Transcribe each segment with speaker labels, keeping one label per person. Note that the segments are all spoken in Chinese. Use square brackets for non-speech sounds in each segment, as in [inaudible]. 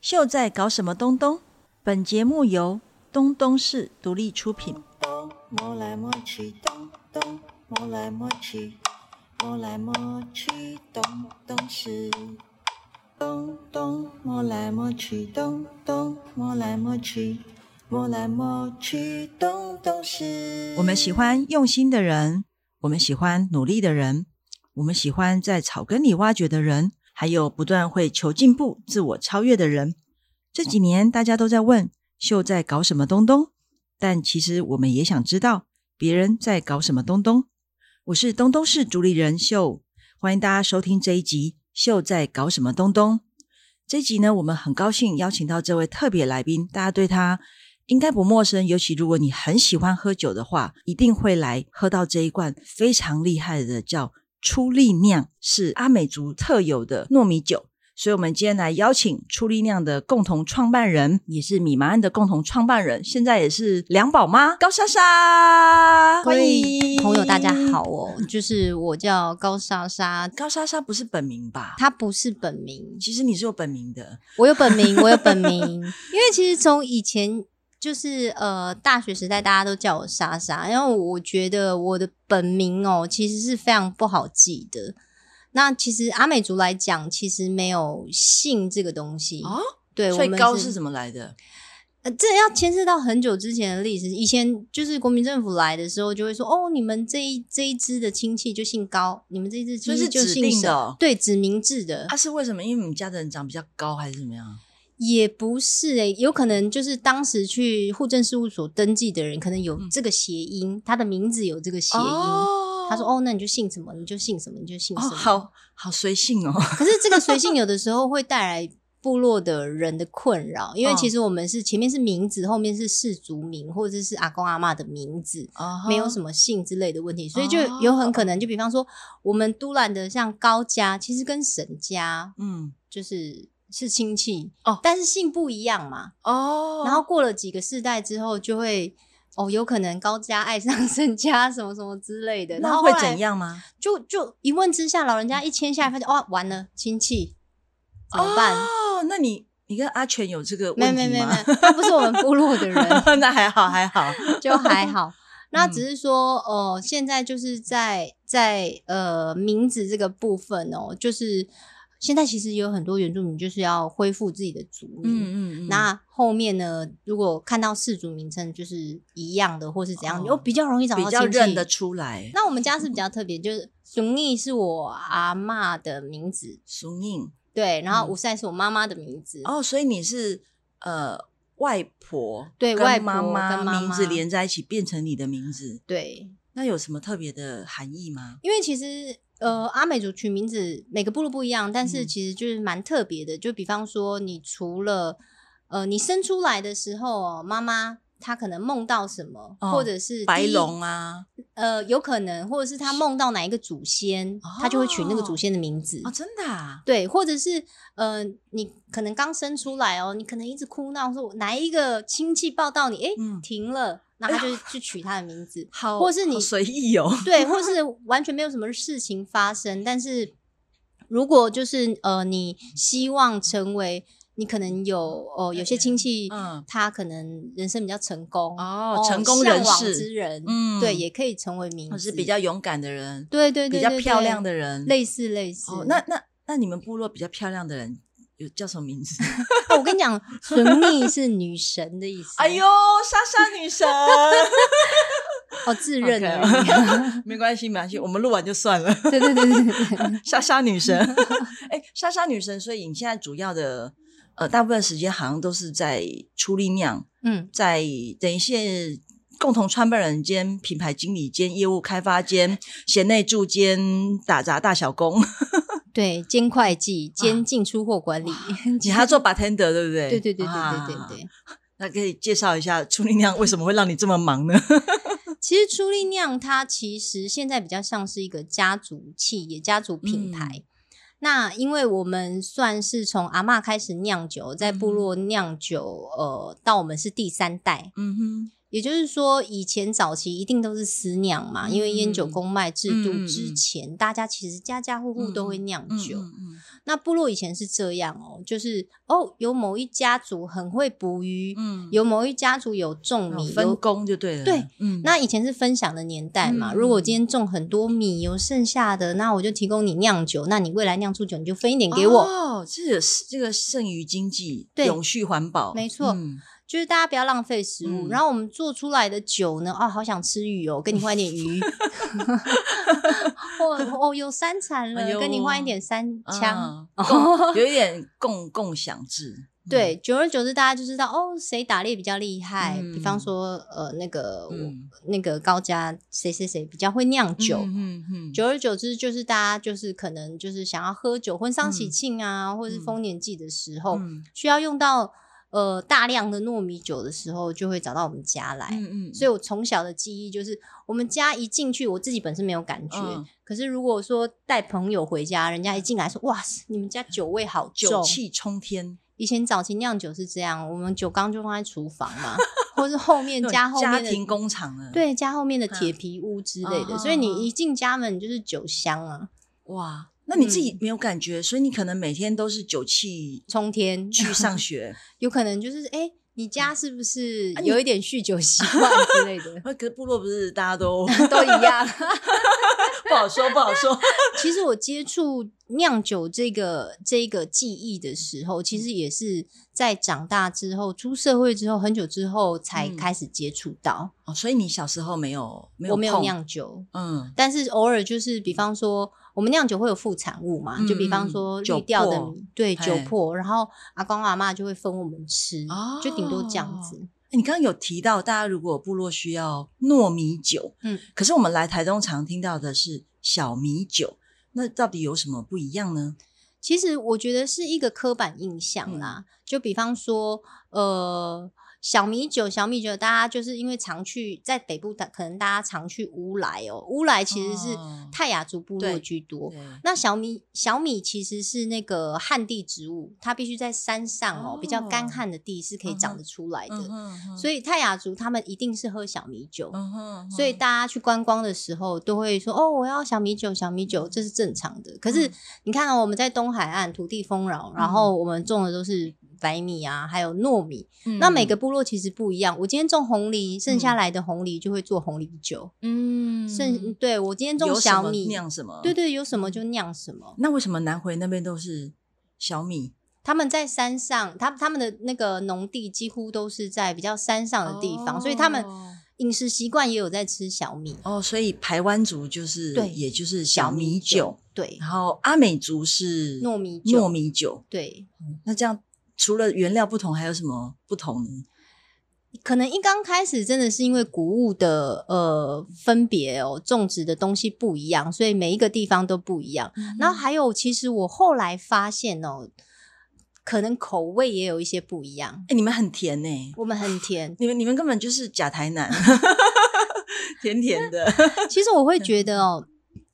Speaker 1: 秀在搞什么东东？本节目由东东市独立出品。
Speaker 2: 咚摸来摸去，咚咚摸来摸去，摸来摸去，咚咚是。咚咚摸来摸去，咚咚摸来摸去，摸来摸去，咚咚是。
Speaker 1: 我们喜欢用心的人，我们喜欢努力的人，我们喜欢在草根里挖掘的人，还有不断会求进步、自我超越的人。这几年大家都在问秀在搞什么东东，但其实我们也想知道别人在搞什么东东。我是东东市主理人秀，欢迎大家收听这一集《秀在搞什么东东》。这一集呢，我们很高兴邀请到这位特别来宾，大家对他应该不陌生，尤其如果你很喜欢喝酒的话，一定会来喝到这一罐非常厉害的叫初力酿，是阿美族特有的糯米酒。所以，我们今天来邀请初力酿的共同创办人，也是米麻案的共同创办人，现在也是两宝妈高莎莎，
Speaker 3: 各
Speaker 1: 欢
Speaker 3: 位
Speaker 1: 迎
Speaker 3: 朋友，大家好。哦，就是我叫高莎莎，
Speaker 1: 高莎莎不是本名吧？
Speaker 3: 她不是本名，
Speaker 1: 其实你是有本名的，
Speaker 3: 我有本名，我有本名，因为其实从以前就是呃大学时代，大家都叫我莎莎，然后我觉得我的本名哦其实是非常不好记的。那其实阿美族来讲，其实没有姓这个东西
Speaker 1: 哦，
Speaker 3: 对，我
Speaker 1: 所以
Speaker 3: 们
Speaker 1: 高是怎么来的？
Speaker 3: 呃，这要牵涉到很久之前的历史。以前就是国民政府来的时候，就会说：“哦，你们这一这一支的亲戚就姓高，你们这一支
Speaker 1: 所
Speaker 3: 亲
Speaker 1: 以
Speaker 3: 戚
Speaker 1: 是
Speaker 3: 就
Speaker 1: 指
Speaker 3: 姓
Speaker 1: 定
Speaker 3: 什
Speaker 1: 的
Speaker 3: 么
Speaker 1: 哦
Speaker 3: 对，指名制的、
Speaker 1: 啊他、是为什么？因为你们家的人长比较高，还是怎么样？
Speaker 3: 也不是诶、有可能就是当时去户政事务所登记的人，可能有这个谐音，他的名字有这个谐音。
Speaker 1: 嗯哦
Speaker 3: 他说：“哦，那你就姓什么，你就姓什么，你就姓
Speaker 1: 哦，
Speaker 3: 什么。
Speaker 1: 好好随性哦。
Speaker 3: 可是这个随性有的时候会带来部落的人的困扰，因为
Speaker 1: 嗯
Speaker 3: 其实我们是前面是名字，后面是氏族名或者是阿公阿嬷的名字，哦没有什
Speaker 1: 么
Speaker 3: 么姓之类的问题，所以就
Speaker 1: 哦
Speaker 3: 有很可能，就比方说我们都兰的像高家，其实跟沈家
Speaker 1: [laughs] 嗯
Speaker 3: 就是是亲戚
Speaker 1: 哦
Speaker 3: 但是姓不一样嘛。
Speaker 1: 哦
Speaker 3: 然后过了几个世代之后，就会哦，有可能高家爱上沈家什么什么之类的，然
Speaker 1: 那
Speaker 3: 后
Speaker 1: 会
Speaker 3: 后来
Speaker 1: 怎样吗？
Speaker 3: 就就一问之下，老人家一签下来，发现哇，完了，亲戚怎么办？
Speaker 1: 哦，那你你跟阿全有这个
Speaker 3: 没
Speaker 1: 问
Speaker 3: 没
Speaker 1: 题
Speaker 3: 没
Speaker 1: 吗？
Speaker 3: 没，他不是我们部落
Speaker 1: [laughs]
Speaker 3: 的人，
Speaker 1: 那还好还好。
Speaker 3: [laughs] 就还好。那
Speaker 1: 嗯
Speaker 3: 只是说，哦、现在就是在在呃名字这个部分哦，就是现在其实有很多原住民就是要恢复自己的族名。
Speaker 1: 嗯嗯嗯，
Speaker 3: 那后面呢？如果看到氏族名称就是一样的，或是怎样，
Speaker 1: 哦
Speaker 3: 就比较容易找
Speaker 1: 比
Speaker 3: 到
Speaker 1: 较
Speaker 3: 亲戚
Speaker 1: 认得出来。
Speaker 3: 那我们家是比较特别，就是熊毅是我阿嬷的名字，
Speaker 1: 熟印
Speaker 3: 对，然后
Speaker 1: 嗯
Speaker 3: 五赛是我妈妈的名字，
Speaker 1: 哦，所以你是呃外婆
Speaker 3: 对
Speaker 1: 跟
Speaker 3: 外婆
Speaker 1: 妈
Speaker 3: 跟妈妈
Speaker 1: 名字连在一起变成你的名字，
Speaker 3: 对，
Speaker 1: 那有什么特别的含义吗？
Speaker 3: 因为其实呃，阿美族取名字每个部落不一样，但是
Speaker 1: 嗯
Speaker 3: 其实就是蛮特别的。就比方说，你除了呃，你生出来的时候哦，妈妈她可能梦到什么，
Speaker 1: 哦
Speaker 3: 或者是
Speaker 1: 白
Speaker 3: 第一
Speaker 1: 龙，啊
Speaker 3: 呃，有可能，或者是她梦到哪一个祖先，她就会取那个祖先的名字。
Speaker 1: 哦，真的啊，
Speaker 3: 对，或者是呃，你可能刚生出来哦，你可能一直哭闹，说哪一个亲戚抱到你，哎、
Speaker 1: 嗯
Speaker 3: 停了，那他就去取他的名字。
Speaker 1: 好，
Speaker 3: 或是你
Speaker 1: 好随意哦，
Speaker 3: 对，或
Speaker 1: [laughs]
Speaker 3: 是完全没有什么事情发生。但是如果就是呃，你希望成为，你可能有哦，有些亲戚，
Speaker 1: 嗯
Speaker 3: 他可能人生比较成功
Speaker 1: 哦成功人
Speaker 3: 向往
Speaker 1: 士
Speaker 3: 之人，
Speaker 1: 嗯
Speaker 3: 对，也可以成为名
Speaker 1: 或
Speaker 3: 字，
Speaker 1: 是比较勇敢的人，
Speaker 3: 对对对
Speaker 1: 比较
Speaker 3: 对
Speaker 1: 漂
Speaker 3: 对
Speaker 1: 亮的人，
Speaker 3: 类似类似。
Speaker 1: 哦，那那那你们部落比较漂亮的人有叫什么名 [laughs] 字？
Speaker 3: 哦 [laughs] 我跟你讲，纯蜜是女神的意思，
Speaker 1: 哎呦，，莎莎女 [laughs] 神，
Speaker 3: 哦，自认
Speaker 1: OK 哦
Speaker 3: 而已，
Speaker 1: 没关系，没关系，我们录完就算了。
Speaker 3: [laughs] 对对对对对对。
Speaker 1: 莎莎女神， [laughs] 哎、莎莎女神，所以你现在主要的呃，大部分时间好像都是在出力量，
Speaker 3: 嗯，
Speaker 1: 在等于是共同创办人兼品牌经理兼业务开发兼贤内助兼打杂大小工，
Speaker 3: 对，兼会计，
Speaker 1: 啊
Speaker 3: 兼进出货管理，
Speaker 1: [laughs] 你还要做 bartender 对不对？
Speaker 3: 嗯对对对对对对
Speaker 1: 啊
Speaker 3: 对。
Speaker 1: 那可以介绍一下出力量为什么会让你这么忙呢？
Speaker 3: 其实初力酿它其实现在比较像是一个家族企业、家族
Speaker 1: 嗯
Speaker 3: 品牌。那因为我们算是从阿
Speaker 1: 嗯
Speaker 3: 嬷开始酿酒，在部落酿酒，呃，到我们是第三代。
Speaker 1: 嗯哼，
Speaker 3: 也就是说，以前早期一定都是私酿嘛，因为烟酒
Speaker 1: 嗯
Speaker 3: 公卖制度之前，大家其实家家户户都会酿酒。
Speaker 1: 嗯嗯
Speaker 3: 那部落以前是这样哦，就是哦，有某一家族很会捕鱼，
Speaker 1: 嗯
Speaker 3: 有某一家族有种米，
Speaker 1: 哦分
Speaker 3: 有
Speaker 1: 工就对了。
Speaker 3: 对，
Speaker 1: 嗯，
Speaker 3: 那以前是分享的年代嘛，
Speaker 1: 嗯
Speaker 3: 如果今天种很多米，有剩下的，那我就提供你酿酒，那你未来酿出酒，你就分一点给我。
Speaker 1: 哦，这个是这个剩余经济，
Speaker 3: 对
Speaker 1: 永续环保，
Speaker 3: 没错
Speaker 1: 嗯
Speaker 3: 就是大家不要浪费食
Speaker 1: 嗯
Speaker 3: 物，然后我们做出来的酒呢，啊，好想吃鱼哦，跟你换一点鱼。
Speaker 1: [laughs]
Speaker 3: 哦哦，有三产了
Speaker 1: 哎，呦
Speaker 3: 跟你换一点三枪。
Speaker 1: 啊共有一点共共享制。
Speaker 3: 对，久而久之，大家就知道哦，谁打猎比较厉害。
Speaker 1: 嗯
Speaker 3: 比方说，呃，那个、
Speaker 1: 嗯
Speaker 3: 我那个高家谁谁谁比较会酿酒，
Speaker 1: 嗯嗯，
Speaker 3: 久而久之，就是大家就是可能就是想要喝酒，婚丧喜庆啊，或是丰年祭的时候，
Speaker 1: 嗯
Speaker 3: 需要用到呃大量的糯米酒的时候，就会找到我们家来。
Speaker 1: 嗯嗯，
Speaker 3: 所以我从小的记忆就是，我们家一进去，我自己本身没有感觉，
Speaker 1: 嗯
Speaker 3: 可是如果说带朋友回家，人家一进来说：“哇塞，你们家酒味好
Speaker 1: 酒
Speaker 3: 重。”
Speaker 1: 气冲天，
Speaker 3: 以前早期酿酒是这样，我们酒缸就放在厨房嘛，或是
Speaker 1: [laughs]
Speaker 3: 后面家后
Speaker 1: 家
Speaker 3: 面的
Speaker 1: 庭工嗯厂了。，
Speaker 3: 对家后面的铁皮屋之类的，
Speaker 1: 啊
Speaker 3: 所以你一进家门就是酒香啊。
Speaker 1: 哇，那你自
Speaker 3: 嗯
Speaker 1: 己没有感觉，所以你可能每天都是酒
Speaker 3: [laughs]
Speaker 1: 气
Speaker 3: 冲天，
Speaker 1: 去上学，
Speaker 3: 有可能就是哎、诶你家是不是
Speaker 1: 嗯啊你？
Speaker 3: 有一点酗酒习惯之类的 [laughs]
Speaker 1: 呃可是部落不是大家都
Speaker 3: 都一样。
Speaker 1: 不好说，不好说。
Speaker 3: 其实我接触酿酒这个这个技艺的时候，其
Speaker 1: 嗯
Speaker 3: 实也是在长大之后、出社会之后很久之后才
Speaker 1: 嗯
Speaker 3: 开始接触到。
Speaker 1: 哦，所以你小时候没有没有
Speaker 3: 我没有
Speaker 1: 碰，
Speaker 3: 酿酒，
Speaker 1: 嗯
Speaker 3: 但是偶尔就是，比方说我们酿酒会有副产物嘛，
Speaker 1: 嗯
Speaker 3: 就比方说
Speaker 1: 酒
Speaker 3: 滤掉的
Speaker 1: 粕
Speaker 3: 米，对
Speaker 1: 嘿
Speaker 3: 酒粕，然后阿公阿妈就会分我们吃，
Speaker 1: 哦
Speaker 3: 就顶多这样子。
Speaker 1: 欸你刚刚有提到，大家如果部落需要糯米酒，
Speaker 3: 嗯，
Speaker 1: 可是我们来台中常听到的是小米酒，那到底有什么不一样呢？
Speaker 3: 其实我觉得是一个刻板印
Speaker 1: 嗯
Speaker 3: 象啦，就比方说，呃，小米酒，小米酒，大家就是因为常去在北部的，可能大家常去乌来哦，乌来其实是
Speaker 1: 哦
Speaker 3: 泰雅族部落
Speaker 1: 对
Speaker 3: 居多。
Speaker 1: 对
Speaker 3: 那小米小米其实是那个旱地植物，它必须在山上哦，
Speaker 1: 哦
Speaker 3: 比较干旱的地是可以
Speaker 1: 嗯
Speaker 3: 长得出来的。
Speaker 1: 嗯哼
Speaker 3: 所以泰雅族他们一定是喝小米酒，
Speaker 1: 嗯哼
Speaker 3: 所以
Speaker 1: 嗯
Speaker 3: 大家去观光的时候都会说：“哦，我要小米酒，小米酒，这是正常的。”可是
Speaker 1: 嗯
Speaker 3: 你看哦，我们在东海岸土地丰饶，然后我们种的都是白米啊，还有糯米。
Speaker 1: 嗯
Speaker 3: 那每个部落其实不一样。我今天种红梨，剩下来的红梨就会做红梨酒。
Speaker 1: 嗯
Speaker 3: 剩对我今天种
Speaker 1: 有什
Speaker 3: 小
Speaker 1: 么
Speaker 3: 米，
Speaker 1: 酿什么？嗯
Speaker 3: 对。对，有什么就酿什么。
Speaker 1: 那为什么南回那边都是小米？
Speaker 3: 他们在山上，他他们的那个农地几乎都是在比较山上的地方，所以他们
Speaker 1: 哦
Speaker 3: 饮食习惯也有在吃小米。
Speaker 1: 哦，所以台湾族就是
Speaker 3: 对
Speaker 1: 也就是小米酒，
Speaker 3: 对
Speaker 1: 然后阿美族是
Speaker 3: 糯米酒
Speaker 1: 糯米酒。
Speaker 3: 对，
Speaker 1: 那这样除了原料不同，还有什么不同呢？
Speaker 3: 可能一刚开始真的是因为谷物的呃分别哦，种植的东西不一样，所以每一个地方都不一样。然后还有，其实我后来发现哦，可能口味也有一些不一样。
Speaker 1: 哎，你们很甜呢、，
Speaker 3: 我们很甜
Speaker 1: 你们你们根本就是假台南， [laughs] 甜甜的。
Speaker 3: [laughs] 其实我会觉得哦，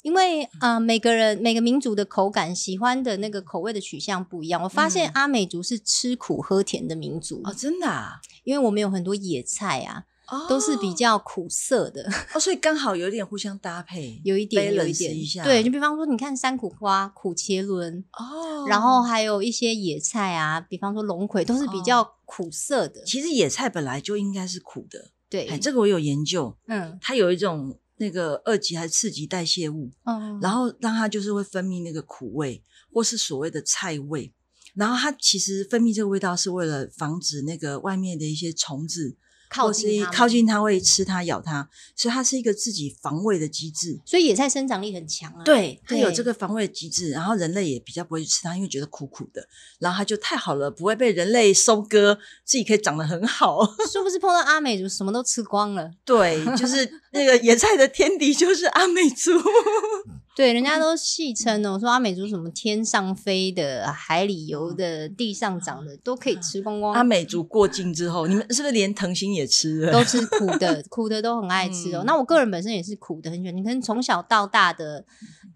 Speaker 3: 因为啊、呃每个人每个民族的口感、喜欢的那个口味的取向不一样。我发现
Speaker 1: 嗯
Speaker 3: 阿美族是吃苦喝甜的民族，
Speaker 1: 哦，真的啊，
Speaker 3: 因为我们有很多野菜啊，
Speaker 1: 哦
Speaker 3: 都是比较苦涩的。
Speaker 1: 哦，所以刚好有点互相搭配，
Speaker 3: 有一点，有
Speaker 1: balance
Speaker 3: 一点，
Speaker 1: 一下
Speaker 3: 对，就比方说，你看山苦瓜、苦茄轮，
Speaker 1: 哦。
Speaker 3: 然后还有一些野菜啊，比方说龙葵，都是比
Speaker 1: 哦
Speaker 3: 较苦涩的，
Speaker 1: 其实野菜本来就应该是苦的，哎，
Speaker 3: 对，
Speaker 1: 这个我有研究，
Speaker 3: 嗯
Speaker 1: 它有一种那个二级还是次级代谢物，
Speaker 3: 嗯，
Speaker 1: 然后让它就是会分泌那个苦味，或是所谓的菜味。然后它其实分泌这个味道是为了防止那个外面的一些虫子，
Speaker 3: 靠
Speaker 1: 或是
Speaker 3: 近它们
Speaker 1: 靠，近它会吃它咬它，所以它是一个自己防卫的机制。
Speaker 3: 所以野菜生长力很强啊，，
Speaker 1: 对，它有
Speaker 3: 对
Speaker 1: 这个防卫的机制，然后人类也比较不会去吃它，因为觉得苦苦的，然后它就太好了，不会被人类收割，自己可以长得很好。 [laughs]
Speaker 3: 是不是碰到阿美族什么都吃光了？
Speaker 1: 对，就是 [laughs] 那个野菜的天敌就是阿美族。
Speaker 3: 对，人家都戏称哦，说阿美族什么天上飞的、海里游的、地上长的，都
Speaker 1: 嗯
Speaker 3: 可以吃光光，啊
Speaker 1: 阿美族过境之后，你们是不是连藤心也吃了？
Speaker 3: [laughs] 都吃苦的，苦的都很爱吃哦。
Speaker 1: 嗯
Speaker 3: 那我个人本身也是苦的很喜欢，你可能从小到大的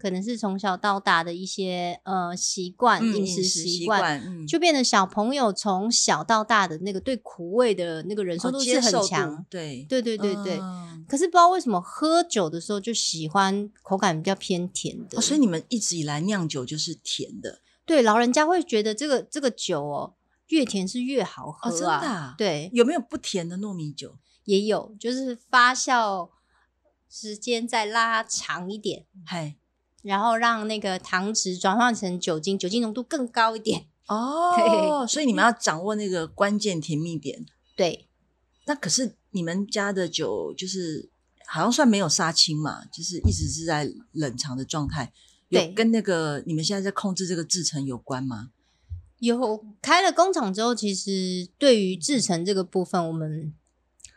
Speaker 3: 可能是从小到大的一些呃习惯、
Speaker 1: [laughs] 嗯
Speaker 3: 饮食习
Speaker 1: 习
Speaker 3: 惯，
Speaker 1: 惯，嗯
Speaker 3: 就变得小朋友从小到大的那个对苦味的那个忍受
Speaker 1: 哦
Speaker 3: 度
Speaker 1: 接
Speaker 3: 是很
Speaker 1: 受度
Speaker 3: 强。
Speaker 1: 对
Speaker 3: 对对对对。
Speaker 1: 嗯
Speaker 3: 可是不知道为什么喝酒的时候就喜欢口感比较偏甜的，
Speaker 1: 哦所以你们一直以来酿酒就是甜的，
Speaker 3: 对老人家会觉得这个这个酒哦，越甜是越好喝啊。
Speaker 1: 真的啊
Speaker 3: 对，
Speaker 1: 有没有不甜的糯米酒？
Speaker 3: 也有就是发酵时间再拉长一点，
Speaker 1: 嗨，
Speaker 3: 然后让那个糖脂转换成酒精，酒精浓度更高一点。
Speaker 1: 哦，所以你们要掌握那个关键甜蜜点。
Speaker 3: 对，
Speaker 1: 那可是你们家的酒就是好像算没有杀青嘛，就是一直是在冷藏的状态。有
Speaker 3: 对
Speaker 1: 跟那个你们现在在控制这个制程有关吗？
Speaker 3: 有开了工厂之后，其实对于制成这个部分，我们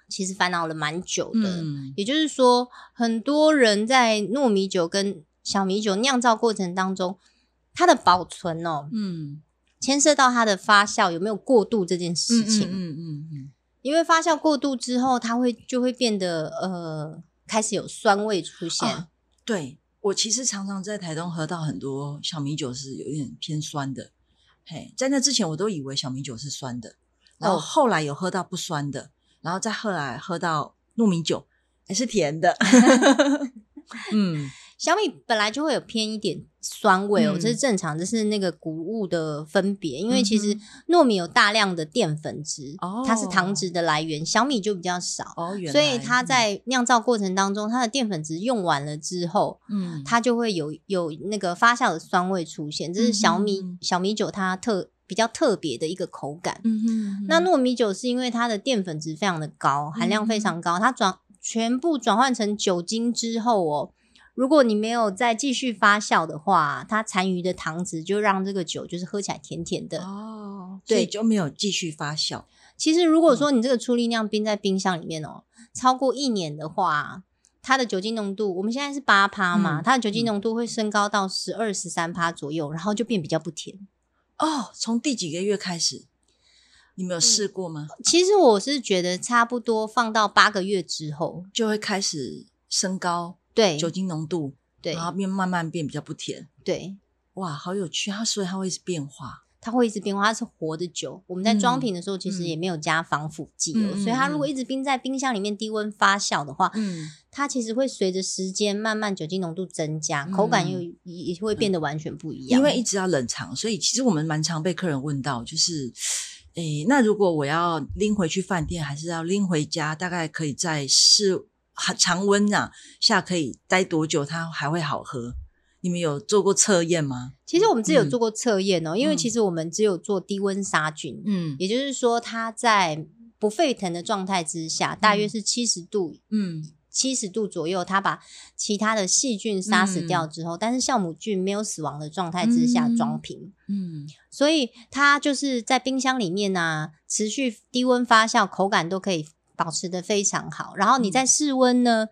Speaker 3: 其实烦恼了蛮久的。
Speaker 1: 嗯，
Speaker 3: 也就是说，很多人在糯米酒跟小米酒酿造过程当中，它的保存哦，
Speaker 1: 嗯，
Speaker 3: 牵涉到它的发酵有没有过度这件事情。
Speaker 1: 嗯嗯嗯嗯
Speaker 3: 因为发酵过度之后，它会就会变得呃，开始有酸味出现。
Speaker 1: 啊对我其实常常在台东喝到很多小米酒是有点偏酸的，嘿，在那之前我都以为小米酒是酸的，然后
Speaker 3: 哦
Speaker 1: 后来有喝到不酸的，然后再后来喝到糯米酒还是甜 [laughs] 的，嗯，
Speaker 3: 小米本来就会有偏一点酸味哦，
Speaker 1: 嗯
Speaker 3: 这是正常，这是那个谷物的分别。因为其实
Speaker 1: 嗯
Speaker 3: 糯米有大量的淀粉质，
Speaker 1: 哦
Speaker 3: 它是糖质的来源，小米就比较少，
Speaker 1: 哦，原来
Speaker 3: 所以它在酿造过程当中，它的淀粉质用完了之后，
Speaker 1: 嗯
Speaker 3: 它就会有有那个发酵的酸味出现，这是小米、
Speaker 1: 嗯哼
Speaker 3: 小米酒它特比较特别的一个口感。
Speaker 1: 嗯哼
Speaker 3: 那糯米酒是因为它的淀粉值非常的高，含量
Speaker 1: 嗯
Speaker 3: 非常高，它转全部转换成酒精之后哦，如果你没有再继续发酵的话，它残余的糖脂就让这个酒就是喝起来甜甜的。
Speaker 1: 哦，
Speaker 3: 对
Speaker 1: 所以就没有继续发酵，
Speaker 3: 其实如
Speaker 1: 嗯
Speaker 3: 果说你这个粗力酿冰在冰箱里面哦，超过一年的话。它的酒精浓度，我们现在是八趴嘛，
Speaker 1: 嗯
Speaker 3: 它的酒精浓度会升高到十二、十三趴左右，然后就变比较不甜。
Speaker 1: 哦，从第几个月开始，你们有试过吗？
Speaker 3: 其实我是觉得差不多放到八个月之后，
Speaker 1: 就会开始升高
Speaker 3: 对
Speaker 1: 酒精浓度，
Speaker 3: 对
Speaker 1: 然后变慢慢变比较不甜。
Speaker 3: 对，
Speaker 1: 哇，好有趣！它所以它会是变化，
Speaker 3: 它会一直变化，它是活的酒。我们在
Speaker 1: 嗯
Speaker 3: 装瓶的时候，其实也没有加防腐剂哦，
Speaker 1: 嗯嗯
Speaker 3: 所以它如果
Speaker 1: 嗯
Speaker 3: 一直冰在冰箱里面低温发酵的话，
Speaker 1: 嗯，
Speaker 3: 它其实会随着时间慢慢酒精浓度增加，
Speaker 1: 嗯
Speaker 3: 口感又也也会变得完全不一样。
Speaker 1: 因为一直要冷藏，所以其实我们蛮常被客人问到，就是，诶，那如果我要拎回去饭店，还是要拎回家，大概可以在室啊常温啊下可以待多久，它还会好喝？你们有做过测验吗？
Speaker 3: 其实我们自己有
Speaker 1: 嗯
Speaker 3: 做过测验哦，因为
Speaker 1: 嗯
Speaker 3: 其实我们只有做低温杀菌，
Speaker 1: 嗯
Speaker 3: 也就是说它在不沸腾的状态之下，大约
Speaker 1: 嗯
Speaker 3: 是七十度。
Speaker 1: 嗯，
Speaker 3: 七十度左右，它把其他的细菌杀死掉之后，但是酵母菌没有死亡的状态之下
Speaker 1: 嗯
Speaker 3: 装瓶，
Speaker 1: 嗯，
Speaker 3: 所以它就是在冰箱里面呢、持续低温发酵，口感都可以保持的非常好。然后你
Speaker 1: 嗯
Speaker 3: 在室温呢，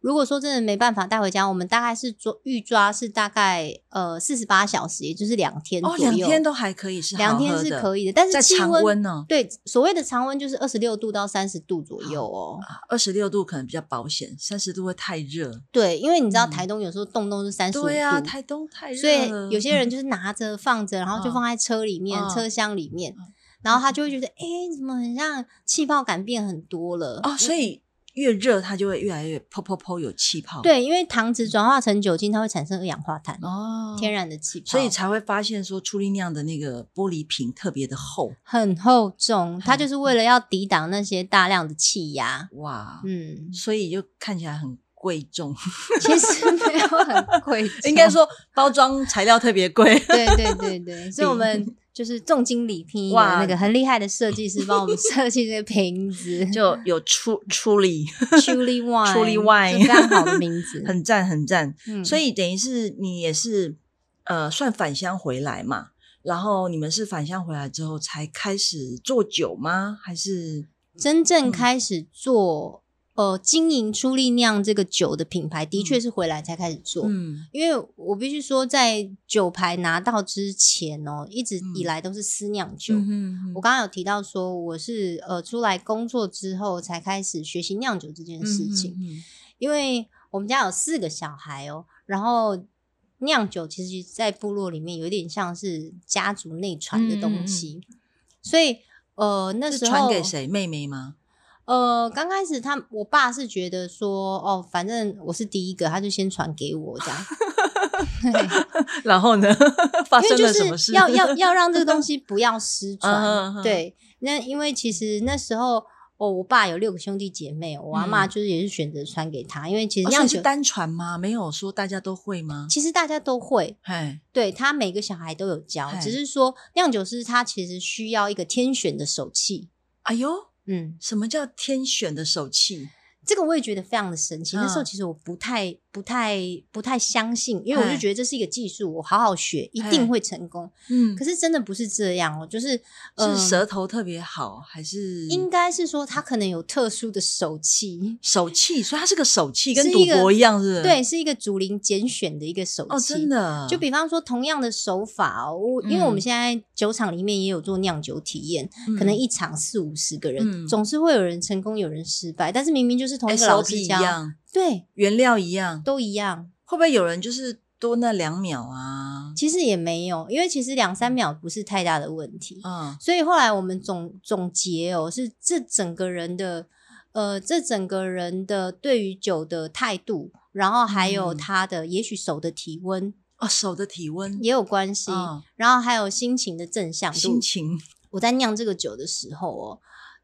Speaker 3: 如果说真的没办法带回家，我们大概是抓预抓是大概呃四十八小时，也就是两天左
Speaker 1: 哦，
Speaker 3: 右，
Speaker 1: 两天都还可以是
Speaker 3: 两天是
Speaker 1: 以，
Speaker 3: 可以的，但
Speaker 1: 在
Speaker 3: 是气
Speaker 1: 常温哦呢、
Speaker 3: 对所谓的常温就是二十六度到三十度左右哦。
Speaker 1: 二十六度可能比较保险，三十度会太热。
Speaker 3: 对，因为你知道
Speaker 1: 嗯
Speaker 3: 台东有时候动不动是三十五度，
Speaker 1: 对啊，台东太热
Speaker 3: 所以
Speaker 1: 了，
Speaker 3: 有些人就是拿着放着，然后就
Speaker 1: 嗯
Speaker 3: 放在车里面、
Speaker 1: 嗯
Speaker 3: 车厢里面，然后他就会觉得，哎、怎么很像气泡感变很多了？
Speaker 1: 哦，所以越热它就会越来越噗噗噗有气泡。
Speaker 3: 对，因为糖脂转化成酒精，它会产生二氧化碳，
Speaker 1: 哦，
Speaker 3: 天然的气泡，
Speaker 1: 所以才会发现说初力酿的那个玻璃瓶特别的厚
Speaker 3: 很厚
Speaker 1: 嗯
Speaker 3: 重。它就是为了要抵挡那些大量的气压。
Speaker 1: 哇，，
Speaker 3: 嗯
Speaker 1: 所以就看起来很贵重，
Speaker 3: 其实没有
Speaker 1: [laughs]
Speaker 3: 很贵，
Speaker 1: 应该。说包装材料特别贵。
Speaker 3: [laughs] 对对对对，所以我们就是重金礼聘一个
Speaker 1: 哇
Speaker 3: 那个很厉害的设计师帮我们 [laughs] 设计这个瓶子，
Speaker 1: 就有出出力，
Speaker 3: Chili Wine，
Speaker 1: Chili Wine
Speaker 3: 这非常好的名字，
Speaker 1: 很赞很赞。
Speaker 3: 嗯
Speaker 1: 所以等于是你也是呃算返乡回来嘛，然后你们是返乡回来之后才开始做酒吗？还是
Speaker 3: 真正
Speaker 1: 嗯
Speaker 3: 开始做、呃经营出力酿这个酒的品牌，的确
Speaker 1: 嗯
Speaker 3: 是回来才开始做。
Speaker 1: 嗯
Speaker 3: 因为我必须说，在酒牌拿到之前哦，一直以来都是私酿酒。
Speaker 1: 嗯哼哼
Speaker 3: 我刚刚有提到说，我是呃出来工作之后才开始学习酿酒这件事情，
Speaker 1: 嗯嗯哼哼
Speaker 3: 因为我们家有四个小孩哦，然后酿酒其实，在部落里面有点像是家族内传的东西，所以呃那
Speaker 1: 嗯是
Speaker 3: 时候
Speaker 1: 传给谁？妹妹吗？
Speaker 3: 呃，刚开始他我爸是觉得说，哦，反正我是第一个，他就先传给我这样，
Speaker 1: [laughs] [laughs] 然后呢？发
Speaker 3: 因为
Speaker 1: 生
Speaker 3: 就
Speaker 1: 了啊什么
Speaker 3: 是
Speaker 1: 事？
Speaker 3: 要
Speaker 1: [laughs]
Speaker 3: 要要让这个东西不要失
Speaker 1: 嗯哼
Speaker 3: 传。
Speaker 1: 哼
Speaker 3: 对，那因为其实那时候。哦，我爸有六个兄弟姐妹，我阿妈就是也是选择传给他，因为其
Speaker 1: 嗯
Speaker 3: 实
Speaker 1: 哦所
Speaker 3: 酿
Speaker 1: 以
Speaker 3: 酒
Speaker 1: 是，单传吗？没有说大家都会吗？
Speaker 3: 其实大家都会，
Speaker 1: 嘿，
Speaker 3: 对他每个小孩都有教，
Speaker 1: 嘿
Speaker 3: 只是说酿酒师他其实需要一个天选的手气，
Speaker 1: 哎呦，
Speaker 3: 嗯，
Speaker 1: 什么叫天选的手气？
Speaker 3: 这个我也觉得非常的神奇。那时候
Speaker 1: 嗯
Speaker 3: 其实我不太、不太、不太相信，因为我
Speaker 1: 哎
Speaker 3: 就觉得这是一个技术，我好好学一
Speaker 1: 哎
Speaker 3: 定会成功。
Speaker 1: 嗯
Speaker 3: 可，是真的不是这样哦，就是呃，
Speaker 1: 是舌头特别好，还是
Speaker 3: 应该是说他可能有特殊的手气，
Speaker 1: 手气？所以它是个手气，跟
Speaker 3: 是
Speaker 1: 赌
Speaker 3: 一个
Speaker 1: 博一样，是不是？
Speaker 3: 对，，是一个竹林拣选的一个手
Speaker 1: 哦，
Speaker 3: 气。
Speaker 1: 真的，
Speaker 3: 就比方说，同样的手法哦，我因为我
Speaker 1: 嗯
Speaker 3: 们现在酒厂里面也有做酿酒体验，可能一场四五十个人，
Speaker 1: 嗯
Speaker 3: 总是会有人成功，有人失败，但是明明就是同一个老
Speaker 1: SOP
Speaker 3: 师
Speaker 1: 一
Speaker 3: 教，
Speaker 1: 样，
Speaker 3: 对，
Speaker 1: 原料一样，
Speaker 3: 都一样。
Speaker 1: 会不会有人就是多那两秒啊？
Speaker 3: 其实也没有，因为其实两三秒不是太大的问题，
Speaker 1: 嗯，
Speaker 3: 所以后来我们总总结哦，是这整个人的，呃，这整个人的对于酒的态度，然后还有
Speaker 1: 嗯
Speaker 3: 他的、也许手的体温
Speaker 1: 哦，手的体温
Speaker 3: 也有关系，
Speaker 1: 嗯
Speaker 3: 然后还有心情的正向度
Speaker 1: 心。情，
Speaker 3: 我在酿这个酒的时候哦，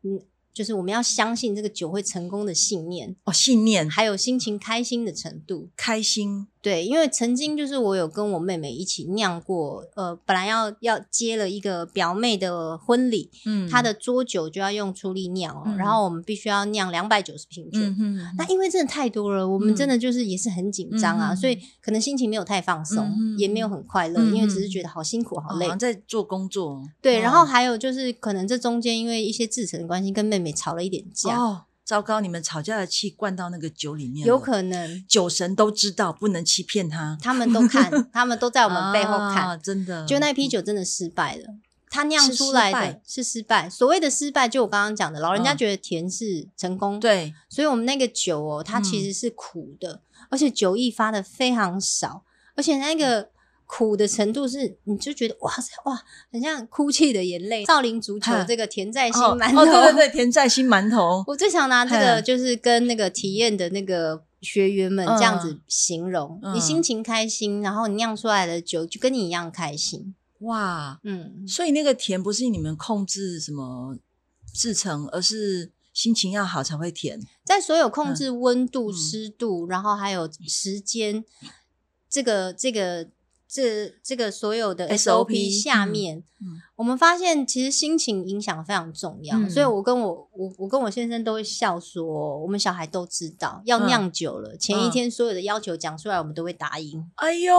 Speaker 3: 嗯，就是我们要相信这个酒会成功的信念，
Speaker 1: 哦，信念，
Speaker 3: 还有心情开心的程度。
Speaker 1: 开心，
Speaker 3: 对，因为曾经就是我有跟我妹妹一起酿过，呃，本来要要接了一个表妹的婚礼，
Speaker 1: 嗯
Speaker 3: 她的桌酒就要用出力酿哦，
Speaker 1: 嗯
Speaker 3: 然后我们必须要酿两百九十瓶酒。
Speaker 1: 嗯哼，
Speaker 3: 那因为真的太多了，我们真的就是也是很紧张啊，
Speaker 1: 嗯
Speaker 3: 所以可能心情没有太放松，
Speaker 1: 嗯嗯
Speaker 3: 也没有很快乐，
Speaker 1: 嗯
Speaker 3: 因为只是觉得好辛苦、
Speaker 1: 哦
Speaker 3: 好累。
Speaker 1: 像在做工作，
Speaker 3: 对，
Speaker 1: 哦
Speaker 3: 然后还有就是可能这中间因为一些制成的关系，跟妹妹吵了一点架，
Speaker 1: 哦，糟糕，你们吵架的气灌到那个酒里面了，
Speaker 3: 有可能
Speaker 1: 酒神都知道不能欺骗他，
Speaker 3: 他们都
Speaker 1: 哦
Speaker 3: 看，他们都在我们背后看，
Speaker 1: 啊真的，
Speaker 3: 就那批酒真的失败了，它酿
Speaker 1: 是
Speaker 3: 出
Speaker 1: 失
Speaker 3: 来
Speaker 1: 败
Speaker 3: 的是失败。所谓的失败，就我刚刚讲的，老人家
Speaker 1: 嗯
Speaker 3: 觉得甜是成功，，
Speaker 1: 对，
Speaker 3: 所以我们那个酒哦，它其
Speaker 1: 嗯
Speaker 3: 实是苦的，而且酒意发的非常少，而且
Speaker 1: 嗯
Speaker 3: 那个。苦的程度是，你就觉得哇塞哇，很像哭泣的眼泪。少林足球
Speaker 1: 哈
Speaker 3: 这个甜在心
Speaker 1: 哦
Speaker 3: 馒头，
Speaker 1: 哦，对对嗯对，甜在心馒头，
Speaker 3: 我最想拿这个
Speaker 1: 嘿
Speaker 3: 就是跟那个体验的那个学员们这样子
Speaker 1: 嗯
Speaker 3: 形容，
Speaker 1: 嗯
Speaker 3: 你心情开心，然后你酿出来的酒就跟你一样开心。
Speaker 1: 哇，
Speaker 3: 嗯，
Speaker 1: 所以那个甜不是你们控制什么制成，而是心情要好才会甜，
Speaker 3: 在所有控
Speaker 1: 嗯
Speaker 3: 制温度、
Speaker 1: 嗯
Speaker 3: 湿度，然后还有时间，这个这个这这个所有的
Speaker 1: SOP
Speaker 3: SOP 下面，
Speaker 1: 嗯嗯
Speaker 3: 我们发现其实心情影响非常重要。
Speaker 1: 嗯
Speaker 3: 所以我跟我我我跟我先生都会笑说，我们小孩都知道要
Speaker 1: 嗯
Speaker 3: 酿酒了，前一天所有的要求讲出来，我们都会答应。
Speaker 1: 哎
Speaker 3: [laughs]
Speaker 1: 呦，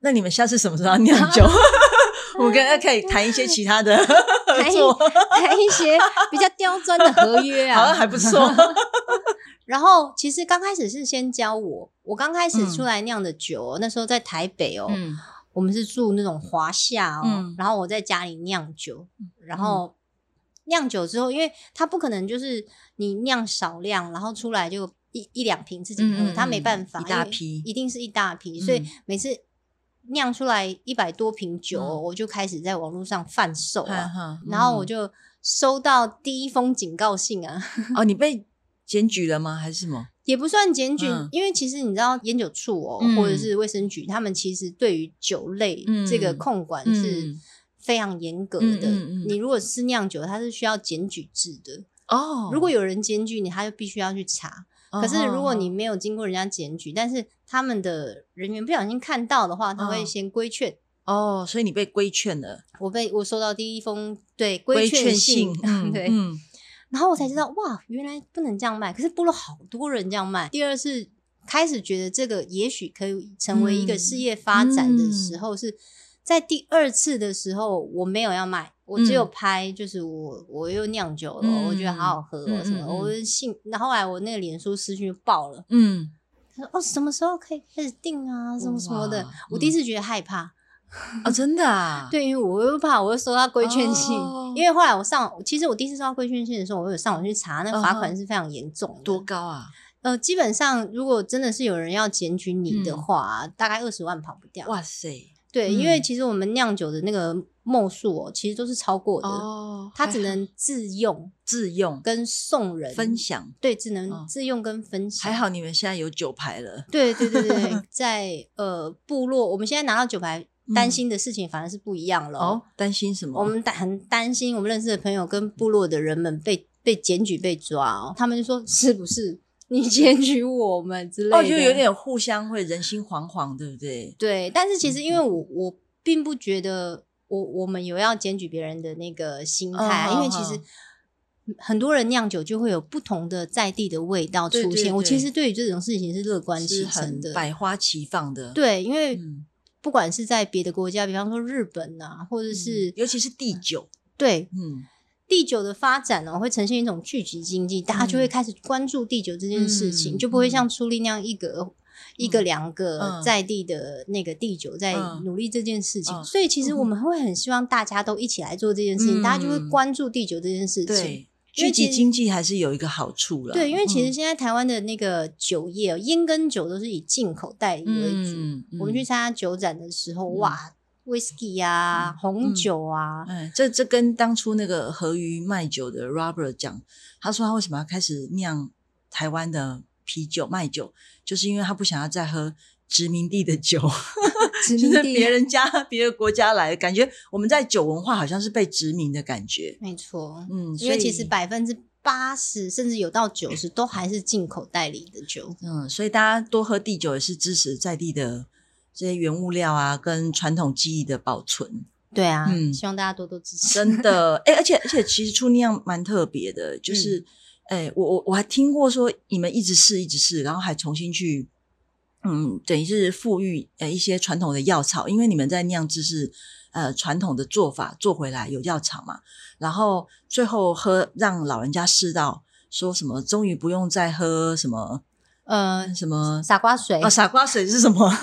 Speaker 1: 那你们下次什么时候要酿酒？ [laughs] 我们刚刚可以谈一些其他的 [laughs] 合
Speaker 3: 谈一
Speaker 1: 作，
Speaker 3: 谈一些比较刁钻的合约
Speaker 1: [laughs]
Speaker 3: 啊，
Speaker 1: 好像还不错。
Speaker 3: 然后其实刚开始是先教我，我刚开始
Speaker 1: 嗯
Speaker 3: 出来酿的酒哦、那时候在台北哦，
Speaker 1: 嗯，
Speaker 3: 我们是住那种华夏哦，
Speaker 1: 嗯
Speaker 3: 然后我在家里酿酒，然后酿酒之后，因为它不可能就是你酿少量，然后出来就一一两瓶自己喝，
Speaker 1: 嗯嗯
Speaker 3: 它没办法，
Speaker 1: 嗯一大
Speaker 3: 因为
Speaker 1: 批
Speaker 3: 一定是一大批，所以
Speaker 1: 嗯
Speaker 3: 每次。酿出来一百多瓶酒哦，
Speaker 1: 嗯
Speaker 3: 我就开始在网络上贩售啊，
Speaker 1: 哈嗯
Speaker 3: 然后我就收到第一封警告信啊，
Speaker 1: 哦，你被检举了吗？还是什么？
Speaker 3: 也不算检举，
Speaker 1: 嗯
Speaker 3: 因为其实你知道，烟酒处哦，
Speaker 1: 嗯
Speaker 3: 或者是卫生局，他们其实对于酒类
Speaker 1: 嗯
Speaker 3: 这个控管是
Speaker 1: 嗯
Speaker 3: 非常严格
Speaker 1: 嗯
Speaker 3: 的。
Speaker 1: 嗯嗯
Speaker 3: 你如果是酿酒，它是需要检举制的。
Speaker 1: 哦，
Speaker 3: 如果有人检举你，他就必须要去查。
Speaker 1: 哦
Speaker 3: 可是如果你
Speaker 1: 哦
Speaker 3: 没有经过人家检举，但是他们的人员不小心看到的话，他会
Speaker 1: 嗯
Speaker 3: 先规劝。
Speaker 1: 哦，所以你被规劝了，
Speaker 3: 我被我收到第一封对
Speaker 1: 规
Speaker 3: 规劝
Speaker 1: 信
Speaker 3: 信，，
Speaker 1: 嗯
Speaker 3: [laughs] 对，
Speaker 1: 嗯
Speaker 3: 然后我才知道，哇，原来不能这样卖。可是部落好多人这样卖。第二是开始觉得这个也许可以成为一个
Speaker 1: 嗯
Speaker 3: 事业发展的时候，是在第二次的时候，我没有要卖，我只有
Speaker 1: 嗯
Speaker 3: 拍，就是我我又酿酒了，
Speaker 1: 嗯
Speaker 3: 我觉得好好喝
Speaker 1: 嗯
Speaker 3: 哦，什么，
Speaker 1: 嗯嗯
Speaker 3: 我的信。然后后来我那个脸书私讯就爆了，
Speaker 1: 嗯，
Speaker 3: 他说哦，什么时候可以开始订啊，什么什么的
Speaker 1: 哇。嗯
Speaker 3: 我第一次觉得害怕，
Speaker 1: 哦，真的啊，，
Speaker 3: 对，因为我又怕我又收到规劝信，
Speaker 1: 哦
Speaker 3: 因为后来我上，其实我第一次收到规劝信的时候，我有上网去查，那
Speaker 1: 嗯哼
Speaker 3: 罚款是非常严重的，
Speaker 1: 多高啊？
Speaker 3: 呃，基本上如果真的是有人要检举你的
Speaker 1: 嗯
Speaker 3: 话，大概二十万跑不掉。
Speaker 1: 哇塞，
Speaker 3: 对，因为
Speaker 1: 嗯
Speaker 3: 其实我们酿酒的那个墨数哦，其实都是超过的，
Speaker 1: 哦
Speaker 3: 它只能自用
Speaker 1: 自用
Speaker 3: 跟送人
Speaker 1: 分，享。
Speaker 3: 对，只
Speaker 1: 哦
Speaker 3: 能自用跟分享。
Speaker 1: 还好你们现在有酒牌了，
Speaker 3: 对对对
Speaker 1: [laughs]
Speaker 3: 对，对在呃部落，我们现在拿到酒牌，担
Speaker 1: 嗯
Speaker 3: 心的事情反而是不一样了。
Speaker 1: 哦，担心什么？
Speaker 3: 我们担很担心，我们认识的朋友跟部落的人们被被检举被抓哦，他们就说是不是你检举我们之类的，
Speaker 1: 哦，就有点互相会人心惶惶，对不对？
Speaker 3: 对。但是其实
Speaker 1: 嗯
Speaker 3: 因为我我并不觉得我我们有要检举别人的那个心态啊，
Speaker 1: 嗯
Speaker 3: 因为其实
Speaker 1: 嗯。
Speaker 3: 很多人酿酒就会有不同的在地的味道出
Speaker 1: 对
Speaker 3: 现。
Speaker 1: 对
Speaker 3: 我
Speaker 1: 对
Speaker 3: 其实对于这种事情是乐观
Speaker 1: 是
Speaker 3: 其
Speaker 1: 很
Speaker 3: 成的，
Speaker 1: 百花齐放的，，
Speaker 3: 对，因为
Speaker 1: 嗯，
Speaker 3: 不管是在别的国家，比方说日本啊，或
Speaker 1: 嗯
Speaker 3: 者是、
Speaker 1: 尤其是第九，
Speaker 3: 对
Speaker 1: 嗯，
Speaker 3: 第九的发展哦，会呈现一种聚集经济，大家就会开始关注第九这件事情，
Speaker 1: 嗯
Speaker 3: 就不会像初力那样一个、一个两个
Speaker 1: 嗯
Speaker 3: 在地的那个第九在
Speaker 1: 嗯
Speaker 3: 努力这件事情。
Speaker 1: 嗯
Speaker 3: 所以其实我们会很希望大家都一起来做这件事
Speaker 1: 嗯
Speaker 3: 情，大家就会关注第九这件事情。
Speaker 1: 对，聚
Speaker 3: 因为其
Speaker 1: 集
Speaker 3: 实
Speaker 1: 经济还是有一个好处了，
Speaker 3: 对，因为其实
Speaker 1: 嗯
Speaker 3: 现在台湾的那个酒业、哦，烟跟酒都是以进口代理为主。
Speaker 1: 嗯嗯
Speaker 3: 我们去参加酒展的时候，
Speaker 1: 嗯
Speaker 3: 哇，whisky 啊，红酒啊，
Speaker 1: 哎，这这跟当初那个和鱼卖酒的 Robert 讲，他说他为什么要开始酿台湾的啤酒卖酒，就是因为他不想要再喝殖民地的酒，
Speaker 3: 殖 [laughs] 啊
Speaker 1: 就是别人家、别的国家来的，感觉我们在酒文化好像是被殖民的感觉。
Speaker 3: 没错，
Speaker 1: 嗯，
Speaker 3: 因
Speaker 1: 所
Speaker 3: 为
Speaker 1: 以
Speaker 3: 其实百分之八十甚至有到九十都还是进口代理的酒。
Speaker 1: 嗯，所以大家多喝地酒也是支持在地的这些原物料啊，跟传统技艺的保存。
Speaker 3: 对啊，
Speaker 1: 嗯
Speaker 3: 希望大家多多支持。
Speaker 1: 真的，哎、而且而且其实初酿蛮特别的，
Speaker 3: 嗯
Speaker 1: 就是，哎、我我我还听过说你们一直试一直试，然后还重新去，嗯，等于是富裕呃一些传统的药草，因为你们在酿制是呃传统的做法做回来有药草嘛，然后最后喝让老人家试到说什么，终于不用再喝什么
Speaker 3: 呃，
Speaker 1: 什么
Speaker 3: 傻瓜水
Speaker 1: 啊，傻瓜水是什么？ [laughs]